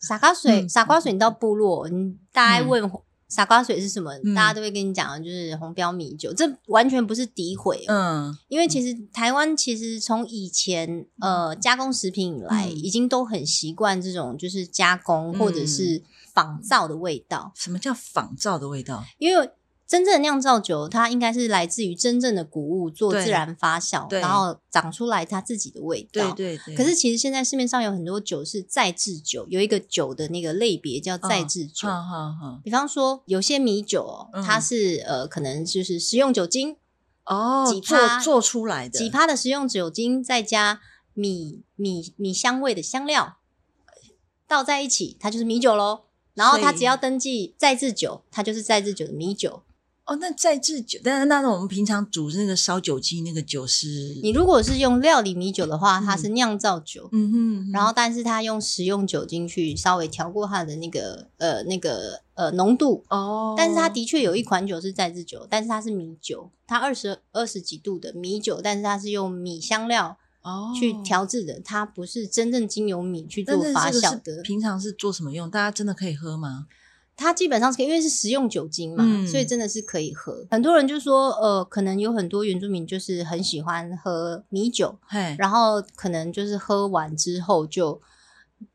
Speaker 3: 傻瓜水，
Speaker 1: 嗯
Speaker 3: 傻瓜水，你到部落，你大概
Speaker 1: 嗯
Speaker 3: 问傻瓜水是什么，
Speaker 1: 嗯
Speaker 3: 大家都会跟你讲，就是红标米酒。这完全不是诋毁哦，
Speaker 1: 嗯，
Speaker 3: 因为其实台湾其实从以前呃加工食品以来，
Speaker 1: 嗯
Speaker 3: 已经都很习惯这种就是加工或者
Speaker 1: 嗯
Speaker 3: 是仿造的味道，
Speaker 1: 什么叫仿造的味道？
Speaker 3: 因为真正的酿造酒，它应该是来自于真正的谷物做
Speaker 1: 对
Speaker 3: 自然发酵，
Speaker 1: 对
Speaker 3: 然后长出来它自己的味道。
Speaker 1: 对对，
Speaker 3: 可是其实现在市面上有很多酒是再制酒，有一个酒的那个类别叫再
Speaker 1: 嗯
Speaker 3: 制酒。
Speaker 1: 好好好
Speaker 3: 比方说，有些米酒、哦
Speaker 1: 嗯
Speaker 3: 它是呃，可能就是食用酒精
Speaker 1: 哦，
Speaker 3: 几
Speaker 1: 做
Speaker 3: 趴
Speaker 1: 做出来的
Speaker 3: 几趴的食用酒精，再加米米米香味的香料，倒在一起，它就是米酒喽。然后
Speaker 1: 所
Speaker 3: 它
Speaker 1: 以
Speaker 3: 只要登记再制酒，它就是再制酒的米酒。
Speaker 1: 哦，那再制酒，但是那种我们平常煮那个烧酒鸡那个酒是，
Speaker 3: 你如果是用料理米酒的话，它是酿造酒，
Speaker 1: 嗯哼，嗯哼
Speaker 3: 然后但是它用食用酒精去稍微调过它的那个呃那个呃浓度。
Speaker 1: 哦，
Speaker 3: 但是它的确有一款酒是再制酒，但是它是米酒，它二十二十几度的米酒，但是它是用米香料
Speaker 1: 哦
Speaker 3: 去调制的，它不是真正经由米去做
Speaker 1: 但是
Speaker 3: 发
Speaker 1: 这个
Speaker 3: 酵
Speaker 1: 是
Speaker 3: 的。
Speaker 1: 平常是做什么用？大家真的可以喝吗？
Speaker 3: 它基本上是可以，因为是食用酒精嘛，
Speaker 1: 嗯
Speaker 3: 所以真的是可以喝。很多人就说，呃，可能有很多原住民就是很喜欢喝米酒，
Speaker 1: 嘿，
Speaker 3: 然后可能就是喝完之后就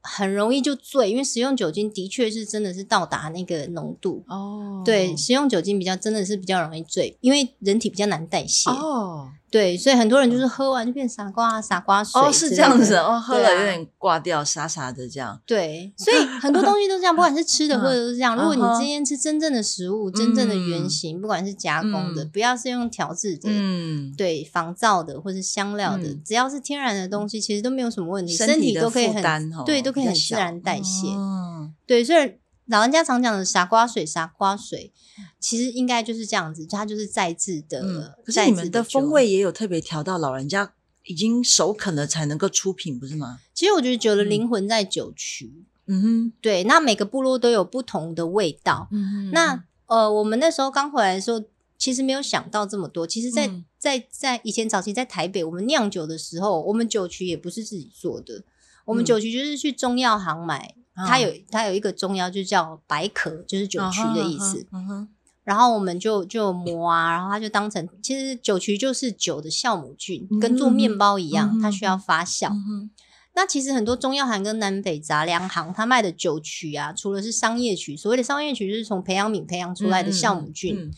Speaker 3: 很容易就醉，因为食用酒精的确是真的是到达那个浓度。
Speaker 1: 哦，
Speaker 3: 对，食用酒精比较真的是比较容易醉，因为人体比较难代谢。
Speaker 1: 哦嗯
Speaker 3: 对，所以很多人就是喝完就变傻瓜、傻瓜水
Speaker 1: 哦是
Speaker 3: 之
Speaker 1: 这样
Speaker 3: 类的
Speaker 1: 子哦，喝
Speaker 3: 对
Speaker 1: 了
Speaker 3: 啊
Speaker 1: 有点挂掉，傻傻的这样，
Speaker 3: 对，所以很多东西都是这样，不管是吃的或者都是这样。
Speaker 1: 嗯
Speaker 3: 如果你
Speaker 1: 嗯哼
Speaker 3: 今天吃真正的食物，真正的原型，不管是加工的，
Speaker 1: 嗯
Speaker 3: 不要是用调制的，
Speaker 1: 嗯，
Speaker 3: 对，仿造的或是香料的，
Speaker 1: 嗯
Speaker 3: 只要是天然的东西，其实都没有什么问题，
Speaker 1: 身
Speaker 3: 身
Speaker 1: 体
Speaker 3: 体
Speaker 1: 的
Speaker 3: 都可以
Speaker 1: 负
Speaker 3: 很
Speaker 1: 担哦
Speaker 3: 对，都可以
Speaker 1: 比较
Speaker 3: 很自
Speaker 1: 小
Speaker 3: 然代谢。
Speaker 1: 嗯，
Speaker 3: 对，所以老人家常讲的傻瓜水，傻瓜水，其实应该就是这样子，它就是再制的，
Speaker 1: 嗯，可
Speaker 3: 呃再
Speaker 1: 是你
Speaker 3: 制
Speaker 1: 们的
Speaker 3: 酒
Speaker 1: 风味。也有特别调到老人家已经首肯了才能够出品，不是吗？
Speaker 3: 其实我觉得酒的
Speaker 1: 嗯
Speaker 3: 灵魂在酒曲，
Speaker 1: 嗯哼，
Speaker 3: 对，那每个部落都有不同的味道。
Speaker 1: 嗯哼
Speaker 3: 那呃，我们那时候刚回来的时候，其实没有想到这么多。其实在，
Speaker 1: 嗯
Speaker 3: 在在以前早期在台北，我们酿酒的时候，我们酒曲也不是自己做的，我们
Speaker 1: 嗯
Speaker 3: 酒曲就是去中药行买。它
Speaker 1: 嗯
Speaker 3: 有它有一个中药，就叫白壳，就是酒曲的意思。
Speaker 1: 嗯哼，嗯哼
Speaker 3: 然后我们就就磨啊，然后它就当成其实酒曲就是酒的酵母菌，跟做面包一样，
Speaker 1: 嗯
Speaker 3: 它需要发酵。
Speaker 1: 嗯哼
Speaker 3: 那其实很多中药行跟南北杂粮行，它卖的酒曲啊，除了是商业曲，所谓的商业曲就是从培养皿培养出来的酵母菌，
Speaker 1: 嗯嗯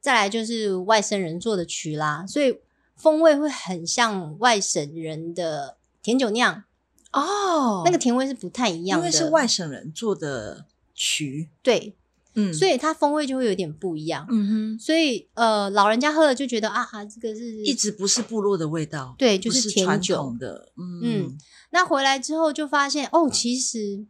Speaker 3: 再来就是外省人做的曲啦，所以风味会很像外省人的甜酒酿，
Speaker 1: 哦，
Speaker 3: 那个甜味是不太一样
Speaker 1: 因
Speaker 3: 的，
Speaker 1: 为是外省人做的曲，
Speaker 3: 对，
Speaker 1: 嗯
Speaker 3: 所
Speaker 1: 以
Speaker 3: 以它风味就会有点不一样。
Speaker 1: 嗯哼，
Speaker 3: 所以呃，老人家喝了就觉得啊，这个是
Speaker 1: 一直不是部落的味道，，
Speaker 3: 对，就
Speaker 1: 不是
Speaker 3: 甜
Speaker 1: 传
Speaker 3: 酒
Speaker 1: 统。嗯的，
Speaker 3: 嗯那回来之后就发现哦，其实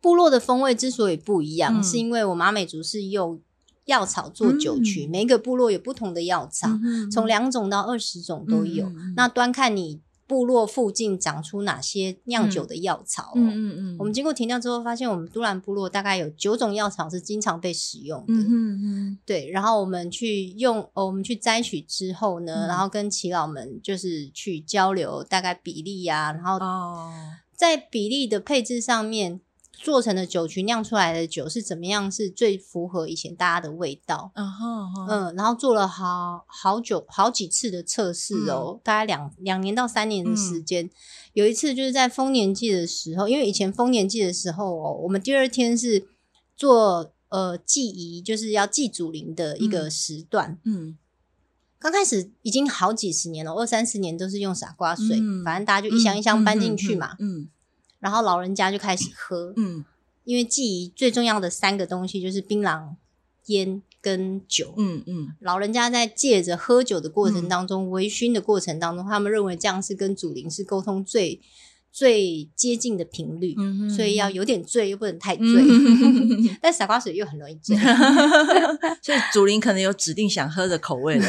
Speaker 3: 部落的风味之所以不一样，
Speaker 1: 嗯
Speaker 3: 是因为我马美族是用药草做酒曲，
Speaker 1: 嗯
Speaker 3: 每一个部落有不同的药草，
Speaker 1: 嗯，
Speaker 3: 从两种到二十种都有。
Speaker 1: 嗯嗯嗯
Speaker 3: 那端看你部落附近长出哪些酿酒的药草、哦。
Speaker 1: 嗯嗯嗯，
Speaker 3: 我们经过停调之后，发现我们都兰部落大概有九种药草是经常被使用的。
Speaker 1: 嗯哼嗯
Speaker 3: 对，然后我们去用，呃，我们去摘取之后呢，
Speaker 1: 嗯
Speaker 3: 然后跟耆老们就是去交流大概比例呀、然
Speaker 1: 哼，
Speaker 3: 后
Speaker 1: 哦，
Speaker 3: 在比例的配置上面做成的酒曲酿出来的酒是怎么样，是最符合以前大家的味道。
Speaker 1: 然后，
Speaker 3: 嗯，然后做了好好久好几次的测
Speaker 1: 嗯
Speaker 3: 试哦，大概两两年到三年的时间。有一次就是在丰年祭的时候，因为以前丰年祭的时候哦，我们第二天是做呃祭仪，就是要祭祖灵的一个
Speaker 1: 嗯
Speaker 3: 时段。
Speaker 1: 嗯
Speaker 3: 刚开始已经好几十年了，二三十年都是用傻瓜水，
Speaker 1: 嗯
Speaker 3: 反正大家
Speaker 1: 嗯，
Speaker 3: 就一箱一箱搬进去嘛，
Speaker 1: 嗯
Speaker 3: 然后老人家就开始喝，
Speaker 1: 嗯
Speaker 3: 因为记忆最重要的三个东西就是槟榔、烟跟酒。
Speaker 1: 嗯嗯
Speaker 3: 老人家在借着喝酒的过程当中，微醺的过程当中，他们认为这样是跟祖灵是沟通最最接近的频率，
Speaker 1: 嗯，
Speaker 3: 所以要有点醉又不能太醉，
Speaker 1: 嗯 [laughs]
Speaker 3: [laughs] 但傻瓜水又很容易醉。 [laughs]
Speaker 1: 所以祖林可能有指定想喝的口味
Speaker 3: [laughs]
Speaker 1: 了。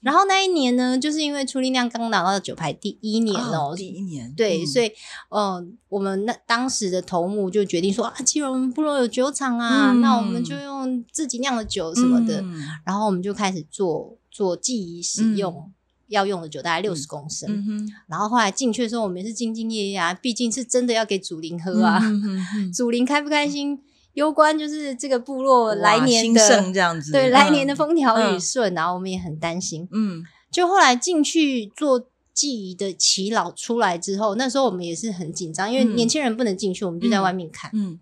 Speaker 3: 然后那一年呢，就是因为初力量刚拿到酒牌第一年哦，
Speaker 1: 第一嗯年，
Speaker 3: 对，所
Speaker 1: 以
Speaker 3: 以，呃，我们那当时的头目就决定说啊，既然我们部落有酒厂啊，
Speaker 1: 嗯
Speaker 3: 那我们就用自己酿的酒什么的，
Speaker 1: 嗯
Speaker 3: 然后我们就开始做做记忆使用。要用的酒大
Speaker 1: 嗯
Speaker 3: 概六十公升，
Speaker 1: 哼，
Speaker 3: 然后后来进去的时候，我们也是兢兢业业啊，毕竟是真的要给祖灵喝啊，
Speaker 1: 嗯嗯嗯
Speaker 3: 祖灵开不开心，攸关就是这个部落
Speaker 1: 哇
Speaker 3: 来年
Speaker 1: 兴
Speaker 3: 的 [laughs]
Speaker 1: 盛这样子，
Speaker 3: 对来年的风调雨
Speaker 1: 嗯
Speaker 3: 顺，然后我们也很担心，
Speaker 1: 嗯，
Speaker 3: 就后来进去做记忆的祈老出来之后，那时候我们也是很紧张，因为
Speaker 1: 嗯
Speaker 3: 年轻人不能进去，我们就在外面看。
Speaker 1: 嗯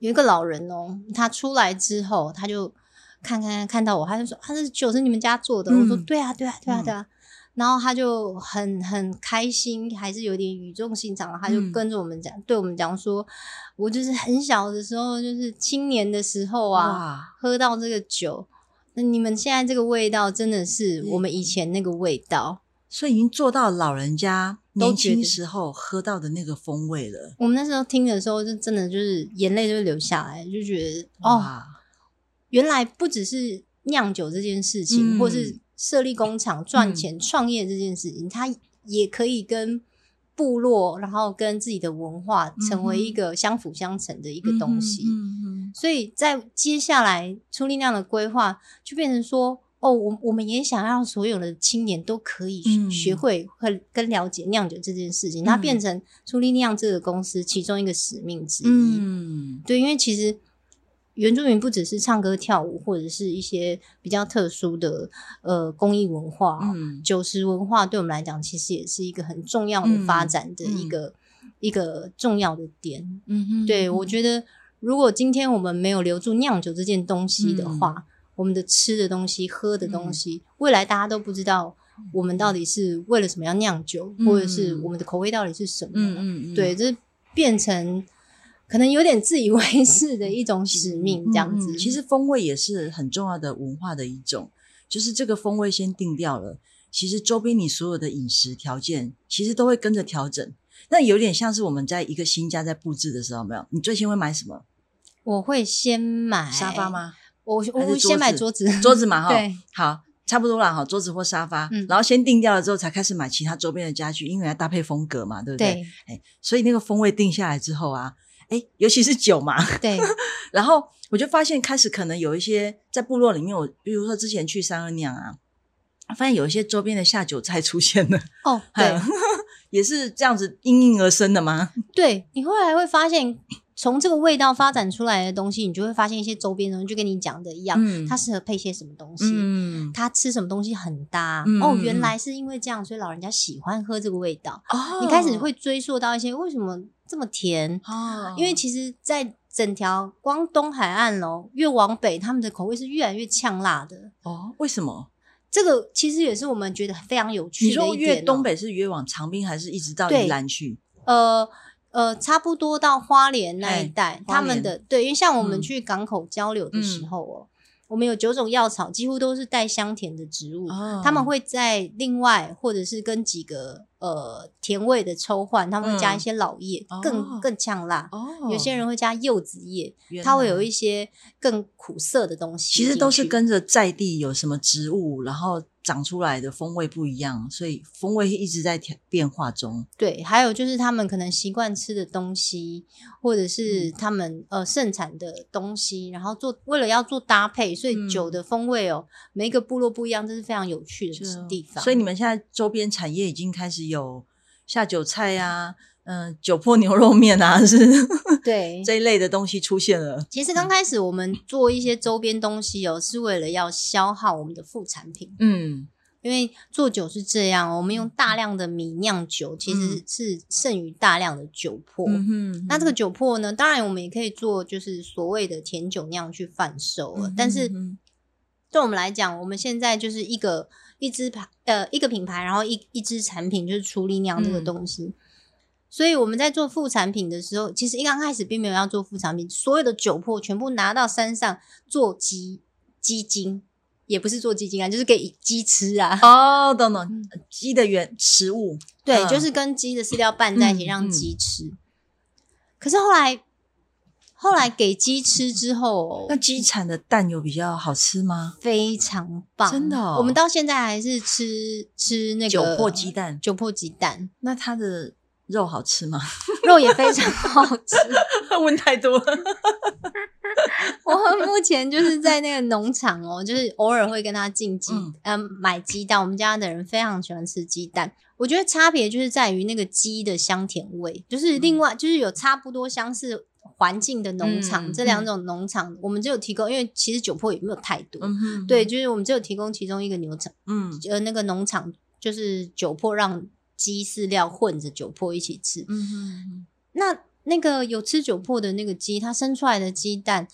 Speaker 3: 有一个老人哦，他出来之后，他就看看看看到我，他就说：“啊，这酒是你们家做的。
Speaker 1: 嗯
Speaker 3: 我说：“对啊，对啊，对啊，
Speaker 1: 嗯
Speaker 3: 对啊。然后他就很很开心，还是有点语重心长，他就
Speaker 1: 嗯
Speaker 3: 跟着我们讲，对我们讲说，我就是很小的时候，就是青年的时候啊，
Speaker 1: 哇，
Speaker 3: 喝到这个酒，那你们现在这个味道真的是
Speaker 1: 嗯
Speaker 3: 我们以前那个味道。
Speaker 1: 所以已经做到老人家
Speaker 3: 都
Speaker 1: 年
Speaker 3: 觉得
Speaker 1: 轻时候喝到的那个风味了。
Speaker 3: 我们那时候听的时候，就真的就是眼泪就流下来，就觉得哦，
Speaker 1: 哇，
Speaker 3: 原来不只是酿酒这件事
Speaker 1: 嗯
Speaker 3: 情，或是设立工厂赚钱、创业这件事情，它也可以跟部落，然后跟自己的文化成为一个相辅相成的一个东西。
Speaker 1: 嗯
Speaker 3: 所以在接下来出力量的规划，就变成说，哦，我我们也想让所有的青年都可以
Speaker 1: 嗯
Speaker 3: 学会和跟了解酿酒这件事情，它
Speaker 1: 嗯
Speaker 3: 变成出力量这个公司其中一个使命之一。
Speaker 1: 嗯
Speaker 3: 对，因为其实原住民不只是唱歌跳舞，或者是一些比较特殊的呃公益文化、
Speaker 1: 嗯
Speaker 3: 酒食文化，对我们来讲其实也是一个很重要的发
Speaker 1: 嗯
Speaker 3: 展的
Speaker 1: 嗯
Speaker 3: 一个、一个重要的点。
Speaker 1: 嗯哼，
Speaker 3: 对，我觉得如果今天我们没有留住酿酒这件东西的
Speaker 1: 嗯
Speaker 3: 话，我们的吃的东西、喝的东西，未来大家都不知道我们到底是为了什么要酿酒，或者是
Speaker 1: 嗯
Speaker 3: 我们的口味到底是什么。
Speaker 1: 嗯嗯嗯
Speaker 3: 对，这变成可能有点自以为是的一种使命，这样子。
Speaker 1: 嗯嗯嗯其实风味也是很重要的文化的一种，就是这个风味先定掉了，其实周边你所有的饮食条件其实都会跟着调整。那有点像是我们在一个新家在布置的时候，有没有？你最先会买什么？
Speaker 3: 我会先买
Speaker 1: 沙发？吗？
Speaker 3: 我我
Speaker 1: 还是
Speaker 3: 会
Speaker 1: 桌
Speaker 3: 先买
Speaker 1: 子
Speaker 3: 桌子，
Speaker 1: 桌子嘛，哈，
Speaker 3: [laughs] 对，
Speaker 1: 好，差不多了哈，桌子或沙发，
Speaker 3: 嗯
Speaker 1: 然后先定掉了之后，才开始买其他周边的家具，因为要搭配风格嘛，对不对？
Speaker 3: 对
Speaker 1: 所以那个风味定下来之后啊，哎，尤其是酒嘛， [laughs]
Speaker 3: 对，
Speaker 1: 然后我就发现开始可能有一些在部落里面，我比如说之前去三二酿啊，发现有一些周边的下酒菜出现了，
Speaker 3: 哦，对
Speaker 1: [laughs] 也是这样子应运而生的吗？
Speaker 3: 对，你后来会发现。从这个味道发展出来的东西，你就会发现一些周边的东西，就跟你讲的一样，
Speaker 1: 嗯
Speaker 3: 它适合配些什么东西。
Speaker 1: 嗯，
Speaker 3: 它吃什么东西很搭、
Speaker 1: 嗯
Speaker 3: 哦，
Speaker 1: 嗯
Speaker 3: 原
Speaker 1: 嗯
Speaker 3: 来是因为这样，所以老人家喜欢喝这个味道。
Speaker 1: 哦
Speaker 3: 你开始会追溯到一些为什么这么甜，
Speaker 1: 哦，
Speaker 3: 因为其实，在整条光东海岸喽，越往北，他们的口味是越来越呛辣的。
Speaker 1: 哦，为什么？
Speaker 3: 这个其实也是我们觉得非常有趣
Speaker 1: 你
Speaker 3: 的一点、哦
Speaker 1: 说越东，北是越往长滨，还是一直到
Speaker 3: 对
Speaker 1: 宜兰去？
Speaker 3: 呃呃，差不多到花莲那一带，
Speaker 1: 哎花莲
Speaker 3: 他们的对，因为像我们
Speaker 1: 嗯
Speaker 3: 去港口交流的时
Speaker 1: 嗯
Speaker 3: 候哦，我们有九种药草，几乎都是带香甜的植物。
Speaker 1: 哦
Speaker 3: 他们会在另外，或者是跟几个呃甜味的抽换，他们会加一
Speaker 1: 嗯
Speaker 3: 些老叶，
Speaker 1: 哦
Speaker 3: 更更呛辣。
Speaker 1: 哦，
Speaker 3: 有些人会加柚子叶，
Speaker 1: 原
Speaker 3: 它会有
Speaker 1: 来
Speaker 3: 一些更苦涩的东西进
Speaker 1: 其
Speaker 3: 去。
Speaker 1: 实都是跟着在地有什么植物，然后长出来的风味不一样，所以风味一直在调变化中。
Speaker 3: 对，还有就是他们可能习惯吃的东西，或者是
Speaker 1: 嗯
Speaker 3: 他们、呃盛产的东西，然后做为了要做搭配，所以
Speaker 1: 嗯
Speaker 3: 酒的风味哦，每一个部落不一样，这是非常有趣的地方。
Speaker 1: 哦所以你们现在周边产业已经开始有下酒菜啊，嗯、酒粕牛肉面啊， [laughs] 是
Speaker 3: 对，
Speaker 1: 这一类的东西出现了。
Speaker 3: 其实刚开始我们做一些周边东西哦，是为了要消耗我们的副产品。
Speaker 1: 嗯，
Speaker 3: 因为做酒是这样哦，我们用大量的米酿酒，其实是剩余大量的酒粕。
Speaker 1: 嗯哼
Speaker 3: 那这个酒粕呢，当然我们也可以做，就是所谓的甜酒酿去贩售了。但是
Speaker 1: 嗯
Speaker 3: 对我们来讲，我们现在就是一个一支牌呃一个品牌，然后一一支产品就是处理酿这个
Speaker 1: 嗯
Speaker 3: 东西。所以我们在做副产品的时候，其实一刚开始并没有要做副产品，所有的酒粕全部拿到山上做鸡鸡精，也不是做鸡精啊，就是给鸡吃啊。
Speaker 1: 哦，懂懂，
Speaker 3: 嗯
Speaker 1: 鸡的原食物，
Speaker 3: 对，
Speaker 1: 嗯
Speaker 3: 就是跟鸡的饲料拌在一起，
Speaker 1: 嗯
Speaker 3: 让
Speaker 1: 嗯
Speaker 3: 鸡吃。可是后来，后来给鸡吃之后
Speaker 1: 那，鸡产的蛋有比较好吃吗？
Speaker 3: 非常棒，
Speaker 1: 真的哦
Speaker 3: 我们到现在还是吃吃那个
Speaker 1: 酒粕鸡蛋
Speaker 3: 酒粕鸡蛋，
Speaker 1: 那它的肉好吃吗？ [laughs]
Speaker 3: 肉也非常好吃。
Speaker 1: 问太多了。
Speaker 3: [laughs] 我目前就是在那个农场哦，就是偶尔会跟他进鸡，嗯
Speaker 1: 嗯、
Speaker 3: 买鸡蛋。我们家的人非常喜欢吃鸡蛋，我觉得差别就是在于那个鸡的香甜味，就是
Speaker 1: 嗯
Speaker 3: 另外、就是有差不多相似环境的农场，
Speaker 1: 嗯
Speaker 3: 这两种农场、我们只有提供，因为其实酒粕也没有太多，
Speaker 1: 嗯哼，
Speaker 3: 对，，就是我们只有提供其中一个牛场，
Speaker 1: 嗯
Speaker 3: 呃，那个农场就是酒粕让鸡饲料混着酒粕一起吃，
Speaker 1: 嗯哼。
Speaker 3: 那那个有吃酒粕的那个鸡，它生出来的鸡蛋，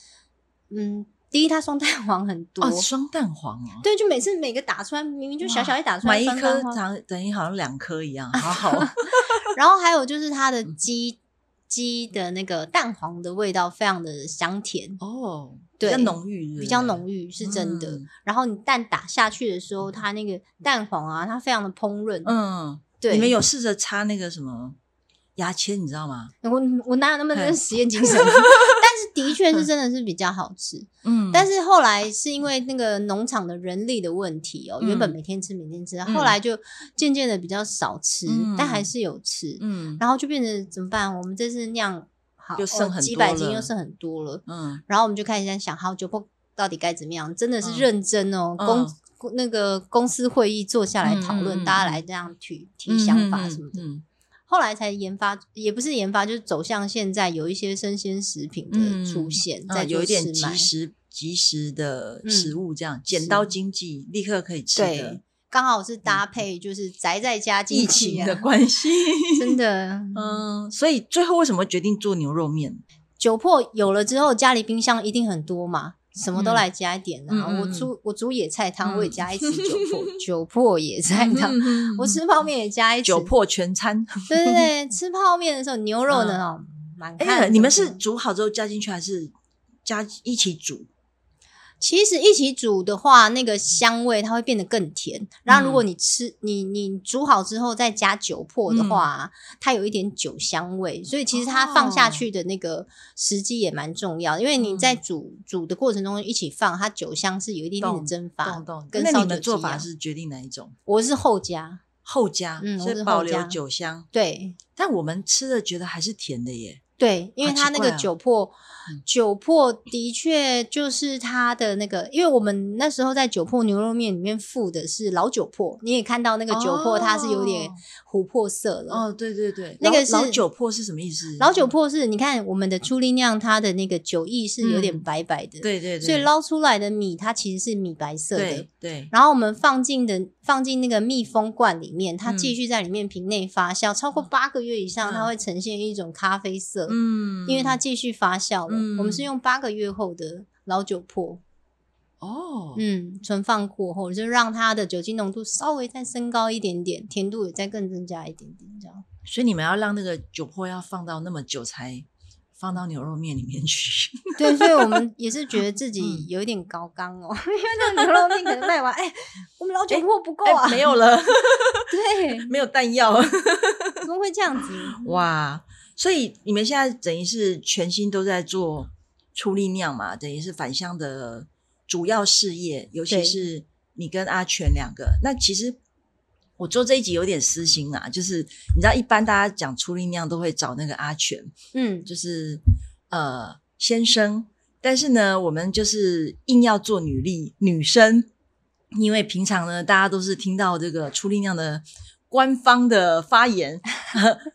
Speaker 3: 嗯，第一它双蛋黄很多，
Speaker 1: 哦，双蛋黄哦，
Speaker 3: 对，就每次每个打出来，明明就小小一打出
Speaker 1: 买
Speaker 3: 来
Speaker 1: 一
Speaker 3: 双
Speaker 1: 颗
Speaker 3: 蛋黄，
Speaker 1: 长等于好像两颗一样，
Speaker 3: 啊
Speaker 1: 好好， [laughs]
Speaker 3: 然后还有就是它的
Speaker 1: 嗯
Speaker 3: 鸡鸡的那个蛋黄的味道非常的香甜，
Speaker 1: 哦，
Speaker 3: 对
Speaker 1: 比较浓郁，
Speaker 3: 比较浓
Speaker 1: 郁，
Speaker 3: 郁是真的。
Speaker 1: 嗯
Speaker 3: 然后你蛋打下去的时候，它那个蛋黄啊，它非常的烹饪，
Speaker 1: 嗯，
Speaker 3: 对，
Speaker 1: 你们有试着擦那个什么牙签，你知道吗？
Speaker 3: 我我哪有那么
Speaker 1: 嘿
Speaker 3: 多实验精神？ [laughs] 但是的确是真的是比较好吃。
Speaker 1: 嗯
Speaker 3: 但
Speaker 1: 是
Speaker 3: 是后来是因为那个农场的人力的问题哦，
Speaker 1: 嗯
Speaker 3: 原本每天吃每天吃，
Speaker 1: 嗯
Speaker 3: 后来就渐渐的比较少吃，
Speaker 1: 嗯
Speaker 3: 但还是有吃，
Speaker 1: 嗯
Speaker 3: 然后就变成怎么办？我们这次酿好
Speaker 1: 又剩很多
Speaker 3: 哦
Speaker 1: 了
Speaker 3: 几百斤，又剩很多了，
Speaker 1: 嗯
Speaker 3: 然后我们就开始在想，好酒粕到底该怎么样？真的是
Speaker 1: 嗯
Speaker 3: 认真哦，
Speaker 1: 嗯
Speaker 3: 公。那个公司会议坐下来讨论，
Speaker 1: 嗯嗯嗯
Speaker 3: 大家来这样提提想法什么的。
Speaker 1: 嗯
Speaker 3: 后来才研发，也不是研发，就是走向现在有一些生鲜食品的
Speaker 1: 嗯
Speaker 3: 出现，
Speaker 1: 嗯
Speaker 3: 在
Speaker 1: 嗯有一点
Speaker 3: 即
Speaker 1: 及时及时的
Speaker 3: 嗯
Speaker 1: 食物，这样
Speaker 3: 是
Speaker 1: 剪刀经济立刻可以吃
Speaker 3: 对
Speaker 1: 的，，
Speaker 3: 刚好是搭配，就是宅在家经
Speaker 1: 嗯疫
Speaker 3: 济
Speaker 1: 情
Speaker 3: 啊
Speaker 1: 的关
Speaker 3: [laughs]
Speaker 1: 系，
Speaker 3: 真的，
Speaker 1: 嗯，所以最后为什么决定做牛肉面？
Speaker 3: 酒粕有了之后，家里冰箱一定很多嘛，什么都
Speaker 1: 嗯
Speaker 3: 来加一点啊。
Speaker 1: 嗯嗯
Speaker 3: 我
Speaker 1: 嗯
Speaker 3: 煮我煮野菜汤，
Speaker 1: 嗯
Speaker 3: 我也加一匙酒粕，
Speaker 1: [laughs]
Speaker 3: 酒粕野菜汤。我吃泡面也加一匙，
Speaker 1: 酒粕全餐，
Speaker 3: 对对对，
Speaker 1: [laughs]
Speaker 3: 吃泡面的时候牛肉呢哦，蛮
Speaker 1: 嗯哎、
Speaker 3: 看的。
Speaker 1: 你们是煮好之后加进去，还是加一起煮？
Speaker 3: 其实一起煮的话，那个香味它会变得更甜。然后如果
Speaker 1: 嗯
Speaker 3: 你吃你你煮好之后再加酒粕的话，它有一点酒香味，所以其实它放
Speaker 1: 哦
Speaker 3: 下去的那个时机也蛮重要，因为你在
Speaker 1: 嗯
Speaker 3: 煮、煮的过程中一起放，它酒香是有一点点的
Speaker 1: 懂
Speaker 3: 蒸发
Speaker 1: 懂。懂。
Speaker 3: 跟
Speaker 1: 那你
Speaker 3: 烧酒
Speaker 1: 们
Speaker 3: 鸡一
Speaker 1: 做
Speaker 3: 样
Speaker 1: 法是决定哪一种？
Speaker 3: 我是后加，
Speaker 1: 后加，
Speaker 3: 嗯我
Speaker 1: 所
Speaker 3: 是
Speaker 1: 以
Speaker 3: 后
Speaker 1: 保
Speaker 3: 加
Speaker 1: 留酒香。
Speaker 3: 对
Speaker 1: 但我们吃的觉得还是甜的耶。
Speaker 3: 对，因为
Speaker 1: 好
Speaker 3: 他
Speaker 1: 奇
Speaker 3: 那
Speaker 1: 怪
Speaker 3: 个
Speaker 1: 哦
Speaker 3: 酒粕，
Speaker 1: 嗯
Speaker 3: 酒粕的确就是他的那个，因为我们那时候在酒粕牛肉面里面附的是老酒粕，你也看到那个酒粕它是有点
Speaker 1: 哦
Speaker 3: 琥珀色了。
Speaker 1: 哦，对对对，
Speaker 3: 那
Speaker 1: 老
Speaker 3: 个是
Speaker 1: 老酒粕是什么意思？
Speaker 3: 老酒粕是你看我们的初力酿，它的那个酒意是有点
Speaker 1: 嗯
Speaker 3: 白白的，
Speaker 1: 对对对，
Speaker 3: 所以捞出来的米它其实是米白色的
Speaker 1: 对。对
Speaker 3: 然后我们放进的放进那个密封罐里面，它
Speaker 1: 嗯
Speaker 3: 继续在里面瓶内发酵，超过八个月以上，
Speaker 1: 嗯
Speaker 3: 它会呈现一种咖啡色。
Speaker 1: 嗯
Speaker 3: 因为它继续发酵了。
Speaker 1: 嗯
Speaker 3: 我们是用八个月后的老酒粕，
Speaker 1: 哦，
Speaker 3: 嗯，存放过后，就让它的酒精浓度稍微再升高一点点，甜度也再更增加一点点，这样。
Speaker 1: 所以你们要让那个酒粕要放到那么久才放到牛肉面里面
Speaker 3: [laughs]
Speaker 1: 去。
Speaker 3: 对，所以我们也是觉得自己
Speaker 1: 嗯
Speaker 3: 有一点高纲哦， [laughs] 因为那个牛肉面可能卖完，哎，我们老酒粕不够啊，
Speaker 1: 哎没有了， [laughs]
Speaker 3: 对，
Speaker 1: 没有弹药。
Speaker 3: 怎么会这样子？
Speaker 1: 哇，所以你们现在等于是全心都在做出力酿嘛，等于是返乡的主要事业，尤其
Speaker 3: 对
Speaker 1: 是你跟阿全两个。那其实我做这一集有点私心啊，就是你知道，一般大家讲出力酿都会找那个阿全，
Speaker 3: 嗯，
Speaker 1: 就是呃先生，但是呢，我们就是硬要做女力女生，因为平常呢，大家都是听到这个出力量的官方的发言，